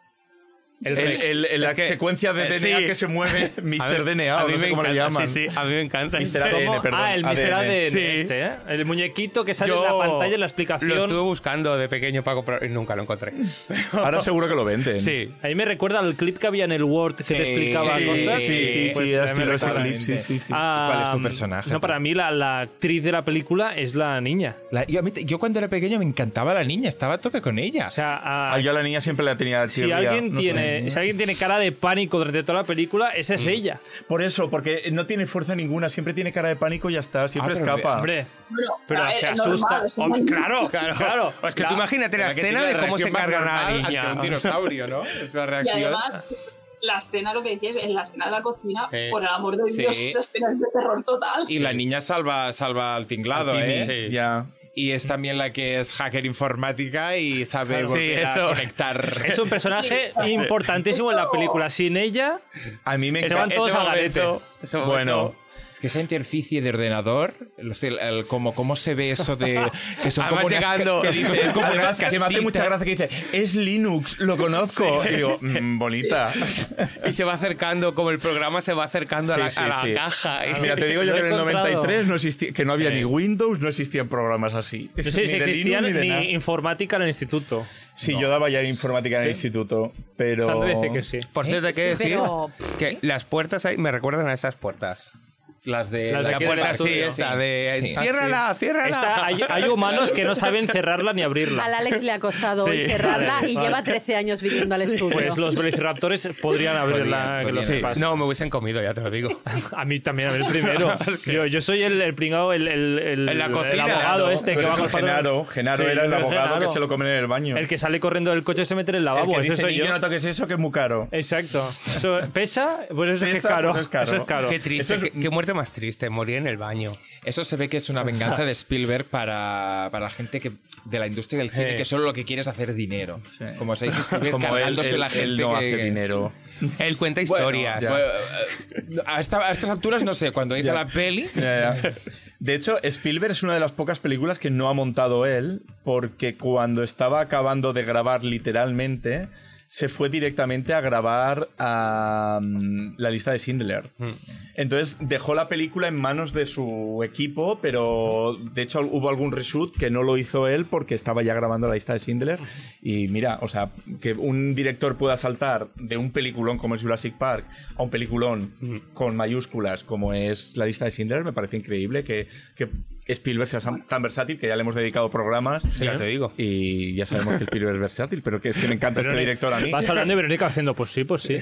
El
El-
Rex.
el- el- la
Es que-
secuencia de
eh,
DNA
sí.
que se mueve,
A
Mr.
ver,
DNA,
a
o
mí
no sé
me
cómo le
encanta,
llaman.
Sí, sí, a mí me encanta.
Mr. ADN,
¿Cómo?
perdón,
ah, el Mr.
ADN.
ADN,
Sí.
este, ¿eh? El muñequito que sale
Yo
en la pantalla en la
Lo
explicación.
estuve buscando de pequeño para comprar y nunca lo encontré.
Ahora seguro que lo venden.
Sí.
A mí me recuerda al clip que había en el Word que te explicaba
Sí,
cosas.
sí, sí,
Pues
sí,
a
era
mí me
estilo ese
recuerda.
clip, sí, sí, sí.
Ah,
¿Cuál es tu personaje?
No, para mí la, la actriz de la película es la niña.
La- yo, a mí te- yo cuando era pequeño me encantaba la niña, estaba a tope con ella.
O sea, a-
Ah, yo a la niña siempre la tenía
si,
chirría,
alguien
no sé.
tiene, si alguien tiene cara de pánico durante toda la película, esa
Mm.
es ella.
Por eso, porque no tiene fuerza ninguna, siempre tiene cara de pánico y ya está, siempre
Ah, pero
escapa.
Hombre,
Bueno,
pero
a ver,
se
Ah, es
asusta.
normal,
Oh,
es un
Hombre,
niño.
claro, claro, claro.
Es que
La-
tú imagínate la
Será que
escena
tiene
de cómo se
reacción más
cargan a
normal
la
ante un
niña.
dinosaurio, ¿no? Es la
Y
reacción.
además, la escena, lo que decías, en la escena de la cocina,
Sí.
por el amor de
Eh, Sí.
Dios, esa escena es de terror total.
Y la niña salva, salva al tinglado,
Timmy,
¿eh?
Sí.
ya.
Y es también la que es hacker informática y sabe
Claro, sí,
volver
eso.
a conectar.
Es un personaje importantísimo en la película. Sin ella,
A mí me
Se van
encanta.
todos al garete.
Bueno,
Es que esa interficie de ordenador, los- el- el- como cómo se ve eso de que son
Además
como unas,
llegando.
que
ca- que
dice,
son como
además,
unas
que me hace
casitas.
mucha gracia que dice, es Linux, lo conozco. Y digo, "Mm, bonita.
Y se va acercando, como el programa se va acercando a la,
Sí,
a
sí,
la
sí.
caja.
Mira, te digo yo
Lo he
que en el
encontrado.
93 no existía, que no había ni Windows, no existían programas así.
no sé
Ni
si
de Linux,
existían
ni de
ni,
nada.
informática en el instituto.
Sí, yo daba ya informática en el instituto, pero...
Sandra dice que sí.
Por cierto, hay que
Eh, Sí,
decir
pero-
que las puertas ahí me recuerdan a estas puertas.
Las de
Las de
La
aquí del
puerta
estudio.
sí, esta de... eh,
Sí.
Ciérrala, ciérrala.
Esta- hay, hay humanos que no saben cerrarla ni
Al
abrirla.
Alex le ha costado
Sí.
hoy cerrarla y
Vale.
lleva 13 años viniendo al estudio.
Pues los velociraptores podrían abrirla, que lo
Sí,
sepas.
no, me hubiesen comido, ya te lo digo.
A mí también, a mí el primero. Yo, yo soy el, el pringao, el, el, el-
En la cocina.
el abogado este
Tú
que
eres
va con
el Genaro, Genaro
Sí,
era el
yo
abogado
Genaro.
que se lo comen en el baño.
El que sale corriendo del coche y se mete en el
El
lavabo.
que
Eso
dice,
soy
niño,
yo.
no toques eso, que es muy caro.
Exacto. Eso, ¿Pesa? Pues eso es que es
Pesa,
caro.
pues es caro.
Eso es caro.
Qué triste,
Eso es-
qué, qué muerte más triste, morir en el baño.
Eso se ve que es una venganza de Spielberg para, para la gente que, de la industria del cine
Sí.
que solo lo que quiere es hacer dinero.
Sí.
Como se dice Spielberg,
Como él,
cargándose
él-
la
él
gente
no
que-
hace dinero.
Él cuenta
Bueno,
historias.
ya. Bueno, eh, a, esta- a estas alturas no sé, cuando hice
Ya.
la peli.
Ya, ya. De hecho, Spielberg es una de las pocas películas que no ha montado él, porque cuando estaba acabando de grabar literalmente, se fue directamente a grabar a mm, la lista de Schindler. Entonces dejó la película en manos de su equipo, pero de hecho hubo algún reshoot que no lo hizo él porque estaba ya grabando la lista de Schindler. Y mira, o sea, que un director pueda saltar de un peliculón como es Jurassic Park a un peliculón con mayúsculas como es la lista de Schindler, me parece increíble que, que Spielberg sea tan versátil que ya le hemos dedicado programas.
Ya te digo.
Y ya sabemos que Spielberg es versátil, pero que es que me encanta este director a mí.
Vas hablando y Verónica haciendo, pues sí, pues sí.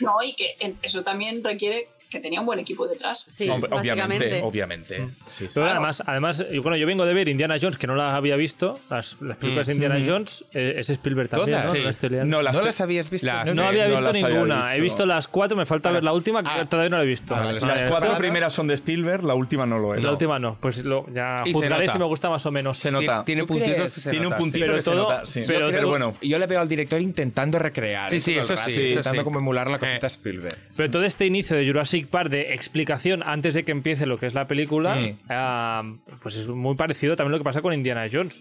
No, y que en- eso también requiere que tenía un buen equipo detrás.
Sí,
Ob- obviamente,
básicamente.
obviamente. Sí, sí.
Pero además, además, y bueno, yo vengo de ver Indiana Jones, que no las había visto. Las, las películas de Indiana Jones eh, es Spielberg también,
Todas,
¿no?
sí.
No estoy liando.
No, las
¿No
te-
las habías visto?
Las-
No
eh,
había
no
visto
las había
ninguna. He
visto.
visto las cuatro, me falta ver la última, que
Ah.
todavía no la he visto.
Ah, vale,
Vale,
Las cuatro
Claro.
primeras son de Spielberg, la última no lo es.
La última no, pues lo- ya
Y se
juzgaré
nota.
si me gusta más o menos.
Se nota.
Tiene
¿Tú
puntitos
crees?
que se
Tiene un
notan, sí.
puntito
Pero
que
todo-
se nota, sí.
pero
Pero,
todo-
bueno,
Yo le veo al director intentando recrear. ¿eh?
Sí, sí,
todo el
eso
rato,
sí, eso
Intentando
sí.
como emular la cosita
Eh.
Spielberg.
Pero todo este inicio de Jurassic Park de explicación antes de que empiece lo que es la película,
Mm.
ah, pues es muy parecido también lo que pasa con Indiana Jones.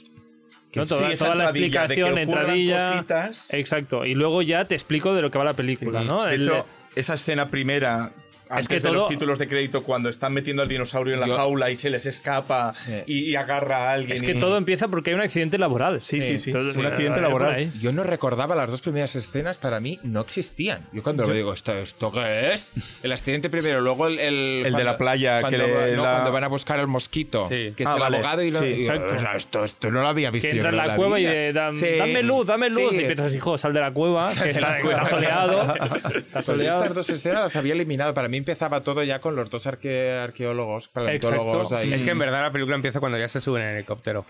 Que
¿No?
sí,
Toda,
esa
toda la
entradilla de que
explicación,
ocurran
entradilla.
cositas.
Exacto. Y luego ya te explico de lo que va la película, ¿no?
de
El-
hecho, esa escena primera, antes
que
de
todo-
los títulos de crédito, cuando están metiendo al dinosaurio en la
Yo-
jaula y se les escapa
Sí.
y, y agarra a alguien.
es que
y-
todo empieza porque hay un accidente laboral.
Sí, sí, sí.
Todo-
Es un
eh,
accidente
eh,
laboral.
por ahí.
Yo no recordaba las dos primeras escenas, para mí no existían. Yo cuando lo digo, ¿esto, ¿esto qué es? El accidente primero, luego el. El,
de la playa,
cuando,
que le-
no,
la-
cuando van a buscar al mosquito,
Sí.
que es
Ah,
el
vale,
abogado y lo.
sí.
y yo,
Exacto.
"O sea, esto, esto no lo había visto.
Que
yo
entra en
en
la, cueva
vida".
y de, dan-
Sí.
dame luz, dame luz.
Sí,
y piensas, hijo, sal de la cueva, que
de la
está,
cueva.
está soleado. Está
Pues
soleado.
estas dos escenas las había eliminado. Para mí empezaba todo ya con los dos arque- arqueólogos, paleontólogos.
Exacto.
Ahí.
Es que en verdad la película empieza cuando ya se suben en el helicóptero.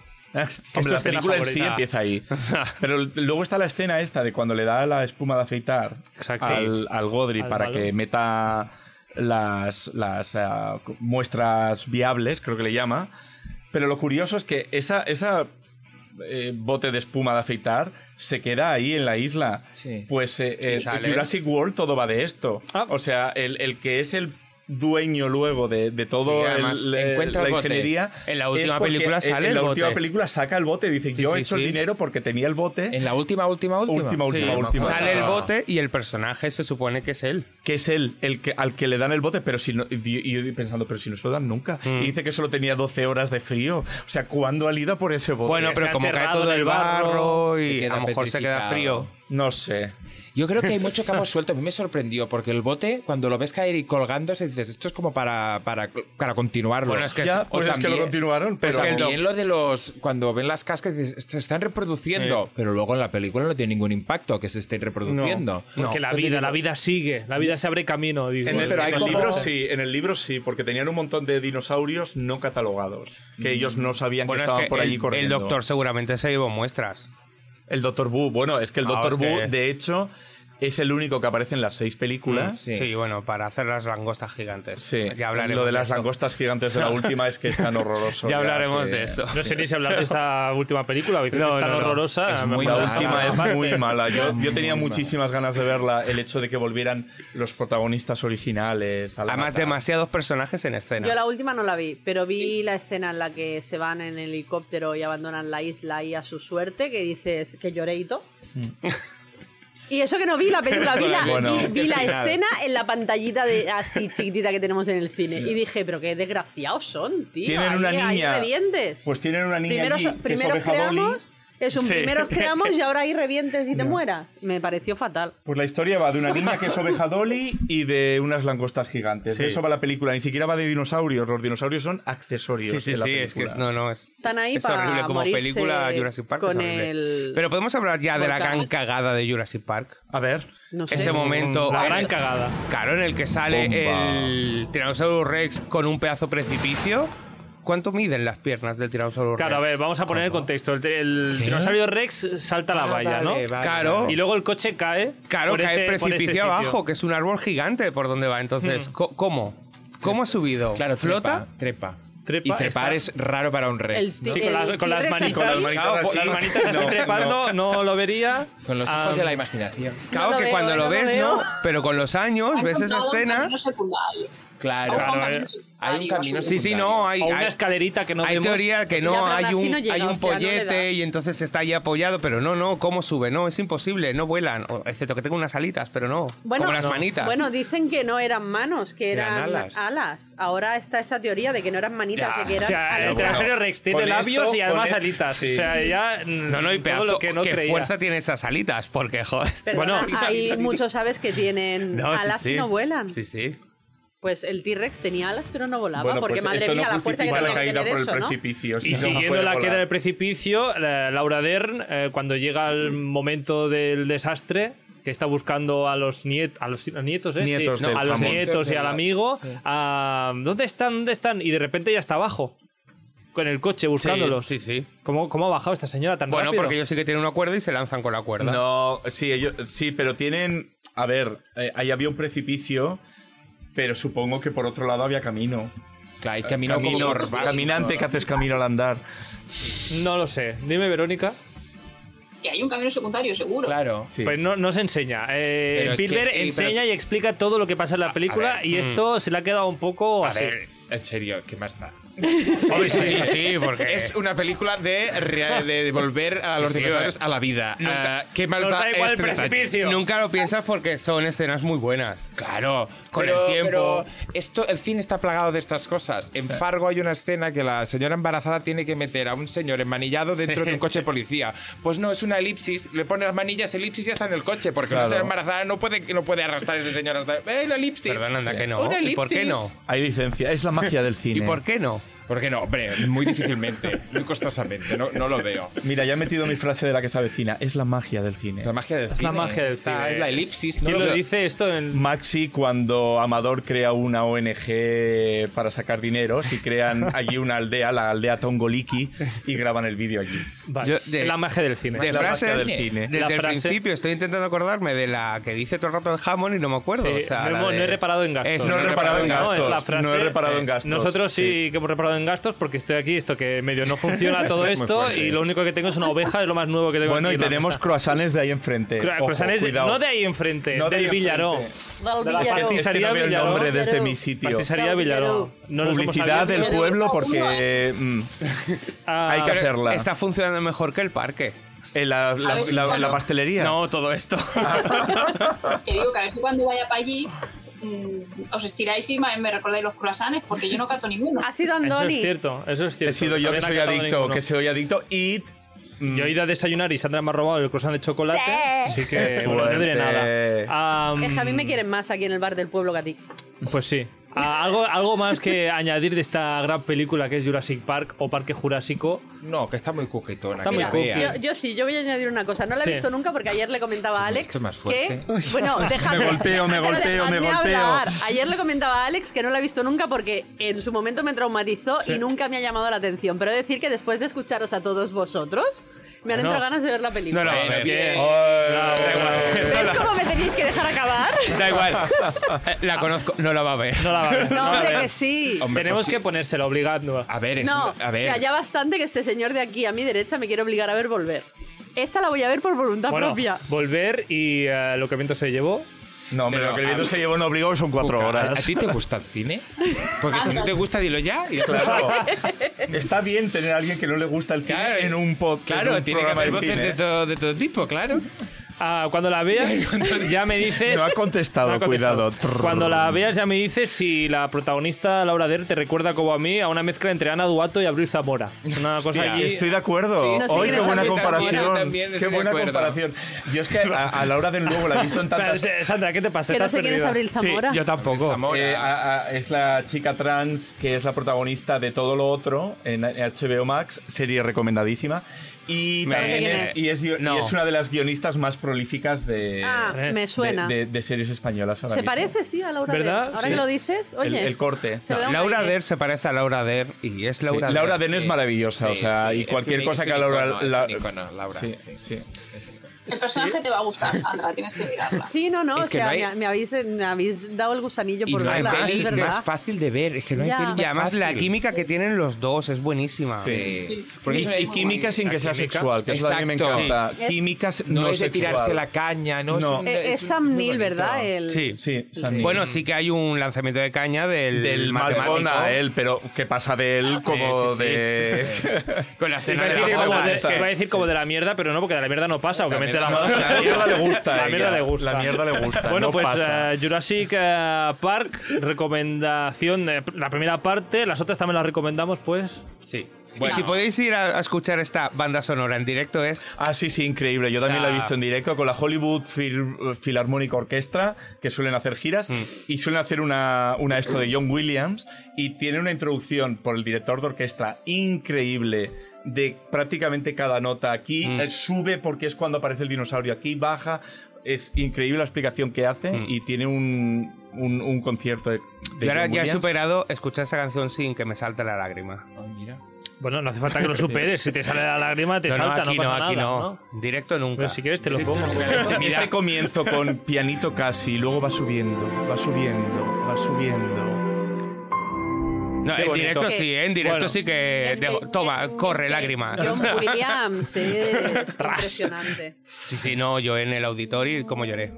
Hombre, la
escena
película en sí
favorita.
empieza ahí. Pero l- luego está la escena esta de cuando le da la espuma de afeitar
Exacto.
al, al Godri
Al
para
malo.
que meta las, las ah, cu- muestras viables, creo que le llama. Pero lo curioso es que esa, esa eh, bote de espuma de afeitar se queda ahí en la isla.
Sí.
Pues eh, eh,
sale.
Jurassic World todo va de esto.
Ah.
O sea, el, el que es el dueño luego de, de todo
Sí, además,
el- el-
encuentra
la
el bote.
ingeniería
En la
es
última
porque
película
en-
sale
en
el
la
bote.
última película saca el bote dice yo
sí,
he hecho
sí.
el dinero porque tenía el bote
En la última, última, última.
Última, última,
me
última.
acuerdo.
Sale el
Ah.
bote y el personaje se supone que es él.
que es él el que al que le dan el bote pero si no y y yo pensando pero si no se lo dan nunca
Mm.
y dice que solo tenía 12 horas de frío o sea ¿cuándo ha ido por ese bote?
Bueno, pero
ha
como cae
enterrado
todo
en
el
el barro,
barro
se
y a
queda
lo mejor se queda
petrificado.
frío.
no sé
Yo creo que hay mucho cabo suelto. A mí me sorprendió porque el bote, cuando lo ves caer y colgándose, dices, esto es como para, para, para continuarlo.
Bueno, es que
ya
es-
pues
o
es que
también-
lo continuaron
Pero
pero
es que el
también lo de los. Cuando ven las cascas, dices, se están reproduciendo. Pero luego en la película no tiene ningún impacto que se estén reproduciendo.
Porque la vida, la vida sigue, la vida se abre camino. dice.
en el,
pero
en
hay
el
como-
libro sí, en el libro sí, porque tenían un montón de dinosaurios no catalogados, que ellos no sabían
Mm. Bueno,
que
es
estaban
que
por allí
el, el
corriendo.
doctor seguramente se llevó muestras.
El Doctor Who, bueno, es que el
Ah,
Doctor
es que-
Who, de hecho, es el único que aparece en las seis películas.
Sí. bueno, para hacer las langostas gigantes.
Sí,
Ya hablaremos
lo de las
eso.
langostas gigantes de la última es que es tan horroroso.
Ya hablaremos
que-
de eso.
No sé ni si hablar de esta última película, Vicente,
No,
es tan
no, no.
horrorosa.
Es
me
muy
mola.
La
mala.
última es muy mala. Yo, yo tenía muchísimas ganas de verla. El hecho de que volvieran los protagonistas originales. A la
Además,
nata.
demasiados personajes en escena.
Yo la última no la vi, pero vi la escena en la que se van en el helicóptero y abandonan la isla y a su suerte, que dices que lloré y todo. Y eso que no vi la película, vi la,
Bueno,
vi- vi la
final.
escena en la pantallita de así chiquitita que tenemos en el cine. Y dije, pero qué desgraciados son, tío.
Tienen
ahí-
una
ahí
niña.
revientes.
Pues tienen una niña
primero
allí,
so-
que es
primero
oveja Dolly.
creamos, es un
Sí.
primero creamos y ahora ahí revientes y te mueras. Me pareció fatal.
Pues la historia va de una niña que es oveja Dolly y de unas langostas gigantes. De eso va la película. Ni siquiera va de dinosaurios. Los dinosaurios son accesorios.
Sí, sí,
de la
sí, es que
película.
es- no, no, es,
Están ahí
es
para
horrible como
morirse
película Jurassic Park. es
con
horrible.
el-
Pero podemos hablar ya de la
volcán.
gran cagada de Jurassic Park.
A ver.
No sé.
Ese momento.
La gran cagada.
Claro, en el que sale
Bomba.
el Tyrannosaurus Rex con un pedazo de precipicio. ¿Cuánto miden las piernas del Tyrannosaurus
Claro, a
Rex?
ver, vamos a poner el contexto. El, el dinosaurio Rex salta la
Ah,
valla, ¿no?
vale, vale,
Claro.
vale.
Y luego el coche cae.
Claro,
por
cae
ese-
el
por ese
precipicio
sitio. Hmm.
abajo, que es un árbol gigante por donde va. Entonces, co- ¿cómo? ¿Cómo ha subido?
Claro,
¿Flota?
Trepa. trepa.
trepa.
Y trepar
está-
es raro para un rey.
El
¿no?
Sí, con, las- con las
T-Rex
manitas.
así.
Con las manitas
Claro,
así.
las manitas así
No,
trepando, no. lo vería.
Con los
Ah,
ojos de la imaginación.
Claro
lo
que
veo, eh,
cuando
no
lo
lo
ves,
veo.
¿no? Pero con los años,
Han
ves esa
encontrado un
escena.
camino secundario.
pues Claro.
Aún
Claro,
con
eh.
camino
Hay un
secundario,
camino
basura.
Sí, sí, no, hay,
o una
hay-
escalerita que no
hay
vemos.
teoría que
Sí,
no,
pero aún
hay
así
un,
no llega,
hay un
o sea, no le
pollete
da.
y entonces está ahí apoyado, pero no, no, ¿cómo sube? No, es imposible, no vuelan, o- excepto que tenga unas alitas, pero no, como las
no.
manitas.
Bueno, dicen que no eran manos, que
Eran
eran,
alas.
alas. Ahora está esa teoría de que no eran manitas,
Ya,
de que
O
eran
sea,
alas.
el trasero Rex tiene
con
labios
esto,
y además
con e-
alitas.
sí.
O sea, ya. mm,
no, no, y
todo
pedazo,
lo que no
qué
creía.
fuerza tiene esas alitas, porque joder.
Perdona,
Bueno,
hay muchos aves que tienen
No, sí,
alas
sí.
y no vuelan.
Sí, sí.
Pues el T-Rex tenía alas pero no volaba,
Bueno,
porque
pues
madre
esto
mía,
no
la fuerza que
justifica
tenía
la
que
caída
tener
por
eso,
el
¿no?
precipicio. si
Y
no, no
siguiendo
puede
la queda
volar.
del precipicio, la- Laura Dern, eh, cuando llega el momento del desastre, que está buscando a los, niet- a los nietos, ¿eh?
Nietos
Sí,
del
a los
famón.
nietos y al amigo, a- ¿dónde están? ¿Dónde están? Y de repente ya está abajo, con el coche buscándolos.
Sí, sí.
¿Cómo, cómo ha bajado esta señora tan
Bueno,
rápido?
porque ellos sí que tienen una cuerda y se lanzan con la cuerda.
No, sí, ellos, sí, pero tienen. A ver, eh, ahí había un precipicio, pero supongo que por otro lado había camino.
Claro, hay camino,
Camino,
como-
caminante que haces camino al andar.
No lo sé. Dime, Verónica.
Que hay un camino secundario, seguro.
Claro.
Sí.
Pues no, no se enseña. Eh,
Pero es
Spielberg
que- y-
enseña
pero-
y explica todo lo que pasa en la película
ver,
y
mm.
esto se le ha quedado un poco
A
así.
ver, en serio, ¿qué más da?
Hombre, sí, sí, sí, porque
Es una película de, re- de volver a los
sí,
dinosaurios
eh.
a la vida. Ah, ¿Qué más
Nos
da
da igual el
este detalle?
precipicio.
nunca lo piensas porque son escenas muy buenas.
Claro,
Con
pero-
el tiempo.
pero esto, el cine está plagado de estas cosas. En Fargo hay una escena que la señora embarazada tiene que meter a un señor enmanillado dentro de un coche de policía. Pues no, es una elipsis. Le pone las manillas, elipsis y ya está en el coche, porque
Claro.
una señora embarazada no puede, no puede arrastrar a ese señor hasta. ¡Eh, la elipsis!
Perdón, anda, que no.
Una
¿Y por qué
elipsis.
no?
Hay licencia, es la magia del
¿Y
cine.
por qué no?
¿Por qué no? Hombre, muy difícilmente, muy costosamente. No, no lo veo.
Mira, ya he metido mi frase de la que se avecina. Es la magia del cine.
La magia del
Es
cine.
la magia del
Está-
cine.
Es la elipsis. No
¿Quién
lo
lo
veo.
dice esto? En...
Maxi, cuando Amador crea una ONG para sacar dinero, si crean allí una aldea, la aldea Tongoliki, y graban el vídeo allí.
Vale,
Yo- de-
en la magia del cine.
De
la
frases,
magia del cine.
Desde
La
el
frase-
principio estoy intentando acordarme de la que dice todo el rato el Hammond y no me acuerdo.
Sí,
o sea,
no,
la
hemos-
de-
no he reparado en gastos.
Eso,
No he reparado en
No, es la
gastos.
frase.
No he reparado en gastos.
Nosotros sí, que hemos reparado en gastos porque estoy aquí, esto que medio no funciona todo
Esto es muy
esto
fuerte.
y lo único que tengo es una oveja, es lo más nuevo que tengo.
Bueno,
aquí
y
en la
tenemos
mesa.
croissants de ahí enfrente.
Cra-
Ojo,
croissants de-
cuidado.
no de ahí enfrente,
No de
del
ahí
Villaró.
Del
De la
Villaró.
Es que- Es que
pastizaría
no veo el
Villaró.
nombre desde mi sitio.
Pastizaría Villaró. No nos hemos
Publicidad
sabido-
del pueblo
eh.
porque mm,
Ah,
hay que
Pero
hacerla.
Está funcionando mejor que el parque.
En la, la-
A ver si
la-
ya
la
no.
pastelería.
No, todo esto.
Que digo que a ver si cuando vaya para allí mm, os estiráis y me me recordáis los croissants, porque yo no cato ninguno.
Ha sido
Eso es
Andoni.
cierto, eso es cierto.
He sido yo
También
que
ha
soy
catado
adicto,
ninguno.
que soy adicto y... mm,
Yo he ido a desayunar y Sandra me ha robado el croissant de chocolate.
Sí.
Así que bueno, no diré
Fuerte.
nada. Am,
Es que a mí me quieren más aquí en el bar del pueblo que a ti.
Pues sí. Ah, algo, algo más que añadir de esta gran película que es Jurassic Park o Parque Jurásico.
No, que está muy coquetona.
Está
que
muy
la
coqui.
vean.
Yo, yo sí, yo voy a añadir una cosa. No la he
Sí.
visto nunca porque ayer le comentaba a Alex
esto es más
que...
fuerte.
Bueno, dejadme,
Me golpeo, me
dejadme-
golpeo, me
dejadme
golpeo.
hablar. Ayer le comentaba a Alex que no la he visto nunca porque en su momento me traumatizó y nunca me ha llamado la atención. Pero he de decir que después de escucharos a todos vosotros, me han
Bueno.
entrado ganas de ver la película.
No, no,
Bueno,
bien.
bien.
oh,
¿Ves cómo me tenéis que dejar acabar?
Da igual. Eh,
Ah.
La conozco, no la va a ver.
No la va a ver,
No,
la va a
hombre,
ver.
que sí.
Hombre,
Tenemos
pues sí.
que ponérselo obligando.
A ver, es
No,
una- a
o
ver.
sea, ya bastante que este señor de aquí a mi derecha me quiere obligar a ver volver. Esta la voy a ver por voluntad
Bueno,
propia.
volver y eh, lo que viento se llevó.
No, hombre,
Pero
lo que el
a
viento
mí-
se lleva un obligado son cuatro
Cuca,
horas.
¿A ti te gusta el cine? Porque si no te gusta, dilo ya. y-
Claro. Está bien tener a alguien que no le gusta el cine
Claro,
en un podcast.
Claro, tiene que haber voces de
cine.
todo, de todo tipo, claro.
Ah, cuando la veas, ya me dices.
No ha contestado,
No ha contestado.
cuidado. Trrr.
Cuando la veas, ya me dices si la protagonista Laura Dern te recuerda como a mí a una mezcla entre Ana Duato y Abril Zamora. Una cosa
Hostia,
allí.
Estoy de acuerdo.
Sí, no sé
Hoy
qué
qué buena
decir.
comparación.
También, también estoy
qué
de
buena
acuerdo.
comparación. Yo es que a, a Laura del Luego la he visto en
Espera,
tantas.
eh, Sandra, ¿qué te pasa?
Que no
Estás
sé quién es
perdida.
Abril Zamora.
Yo tampoco.
Zamora.
Eh, a- a- es la chica trans que es la protagonista de todo lo otro en HBO Max, serie recomendadamente. Y
Me-
también
No
es,
sé quién es.
y es guio- y
No.
es una de las guionistas más prolíficas de,
ah,
eh,
me suena.
de, de- de series españolas. Ahora
se
mismo.
parece, sí, a Laura
¿Verdad?
Dern. Ahora
Sí.
que lo dices,
El,
oye.
el corte.
se le da un
Laura
aire.
Der se parece a Laura Der y es
Sí,
Laura
Laura,
Der.
Den es
sí.
maravillosa, o
Sí,
sea,
sí,
y
es
cualquier
un-
cosa
es
que a
un
Laura...
icono, es
la-
un icono, Laura,
Sí,
sí.
sí.
El personaje te va a gustar, Sandra, tienes que mirarla.
Sí, no, no,
Es
o
que
sea,
no hay-
me, me habéis, me habéis dado el gusanillo
Y
por
no hay
verla,
pelis
es
más
verdad.
fácil de ver, es que no hay
Ya.
pelis más
Y
además la
fácil.
química que tienen los dos es buenísima.
Sí.
Y,
es una-
y química sin que sea
química.
sexual, que es la que me
Exacto.
encanta.
Sí. Es-
Química
No,
no,
es de
sexual.
tirarse la caña, ¿no?
No.
un-
Eh, Es,
un-
Sam
muy
Neill,
bonito.
¿verdad? Eh, El...
Sí.
Sí, Sam Neill.
Bueno, sí que hay un lanzamiento de caña del,
del eh. Malcolm
matemático
a él, pero que pasa de él como
sí, sí.
de.
Con la
Iba
escena
a
de la
decir,
la
como
boda
de,
esta.
iba a decir como de la mierda, pero no, porque de la mierda no pasa,
La
obviamente la,
mierda no-
La mierda le gusta. a
La mierda
ella.
le gusta.
La mierda le gusta.
Bueno,
no
pues
pasa.
eh, Jurassic eh, Park, recomendación, de la primera parte, las otras también las recomendamos, pues.
Sí. Y si podéis ir a, a escuchar esta banda sonora en directo es...
Ah, sí, sí, increíble. Yo también
sea-
la he visto en directo con la Hollywood Phil- Philharmonic Orchestra, que suelen hacer giras,
Mm.
y suelen hacer una, una esto de John Williams, y tiene una introducción por el director de orquesta increíble de prácticamente cada nota. Aquí
Mm.
eh, sube porque es cuando aparece el dinosaurio, aquí baja. Es increíble la explicación que hace y tiene un, un, un concierto de, de
Yo Mm. ahora
John
ya he
Williams.
superado escuchar esa canción sin que me salte la lágrima.
Ah, mira.
Bueno, no hace falta que lo superes, si te sale la lágrima te salta,
aquí
no pasa
aquí
nada,
no.
¿no?
En directo nunca.
Pero si quieres te lo pongo.
Este, este comienzo con pianito casi, y luego va subiendo, va subiendo, va subiendo.
No,
Qué
en
bonito.
directo sí, ¿eh? en directo
Bueno.
sí que...
Es que-
dejo- toma, corre
es que
lágrimas.
John Williams es impresionante.
Sí, sí, no, yo en el auditorio, ¿cómo lloré?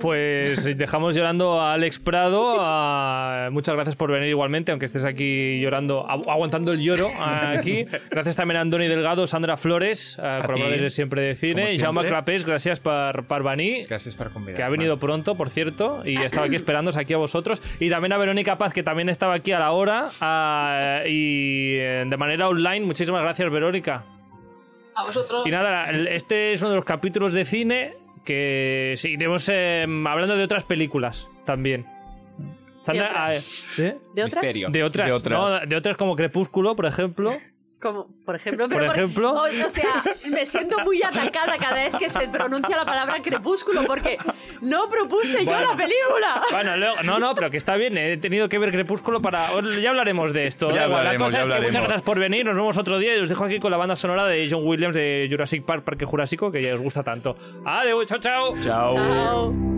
Pues dejamos llorando a Alex Prado. a- Muchas gracias por venir igualmente, aunque estés aquí llorando, agu- aguantando el lloro aquí. Gracias también a Andoni Delgado, Sandra Flores, eh, colaboradores
ti,
de siempre de cine.
como
Y Jaume
siempre.
Clapés, gracias por, por venir.
Gracias por convidarme.
que ha venido pronto, por cierto, y estaba aquí esperándoos aquí a vosotros. Y también a Verónica Paz, que también estaba aquí a la hora a- y eh, de manera online. Muchísimas gracias, Verónica.
A vosotros.
Y nada, el- este es uno de los capítulos de cine que seguiremos eh, hablando de otras películas también. Sandra,
otras.
ah, eh, ¿sí?
¿De otras?
Misterio.
De otras,
De otras.
no, de otras como Crepúsculo, por ejemplo.
Como, por ejemplo,
Por
pero
ejemplo.
o, o sea, me siento muy atacada cada vez que se pronuncia la palabra crepúsculo porque no propuse
Bueno.
yo la película.
Bueno, luego, no, no, pero que está bien. He tenido que ver Crepúsculo para. Ya hablaremos de esto.
Ya
da igual.
hablaremos,
La cosa es
ya
que
hablaremos.
muchas gracias por venir. Nos vemos otro día y os dejo aquí con la banda sonora de John Williams de Jurassic Park, Parque Jurásico, que ya os gusta tanto. Adeu, chao, chao.
Chao.
Chao.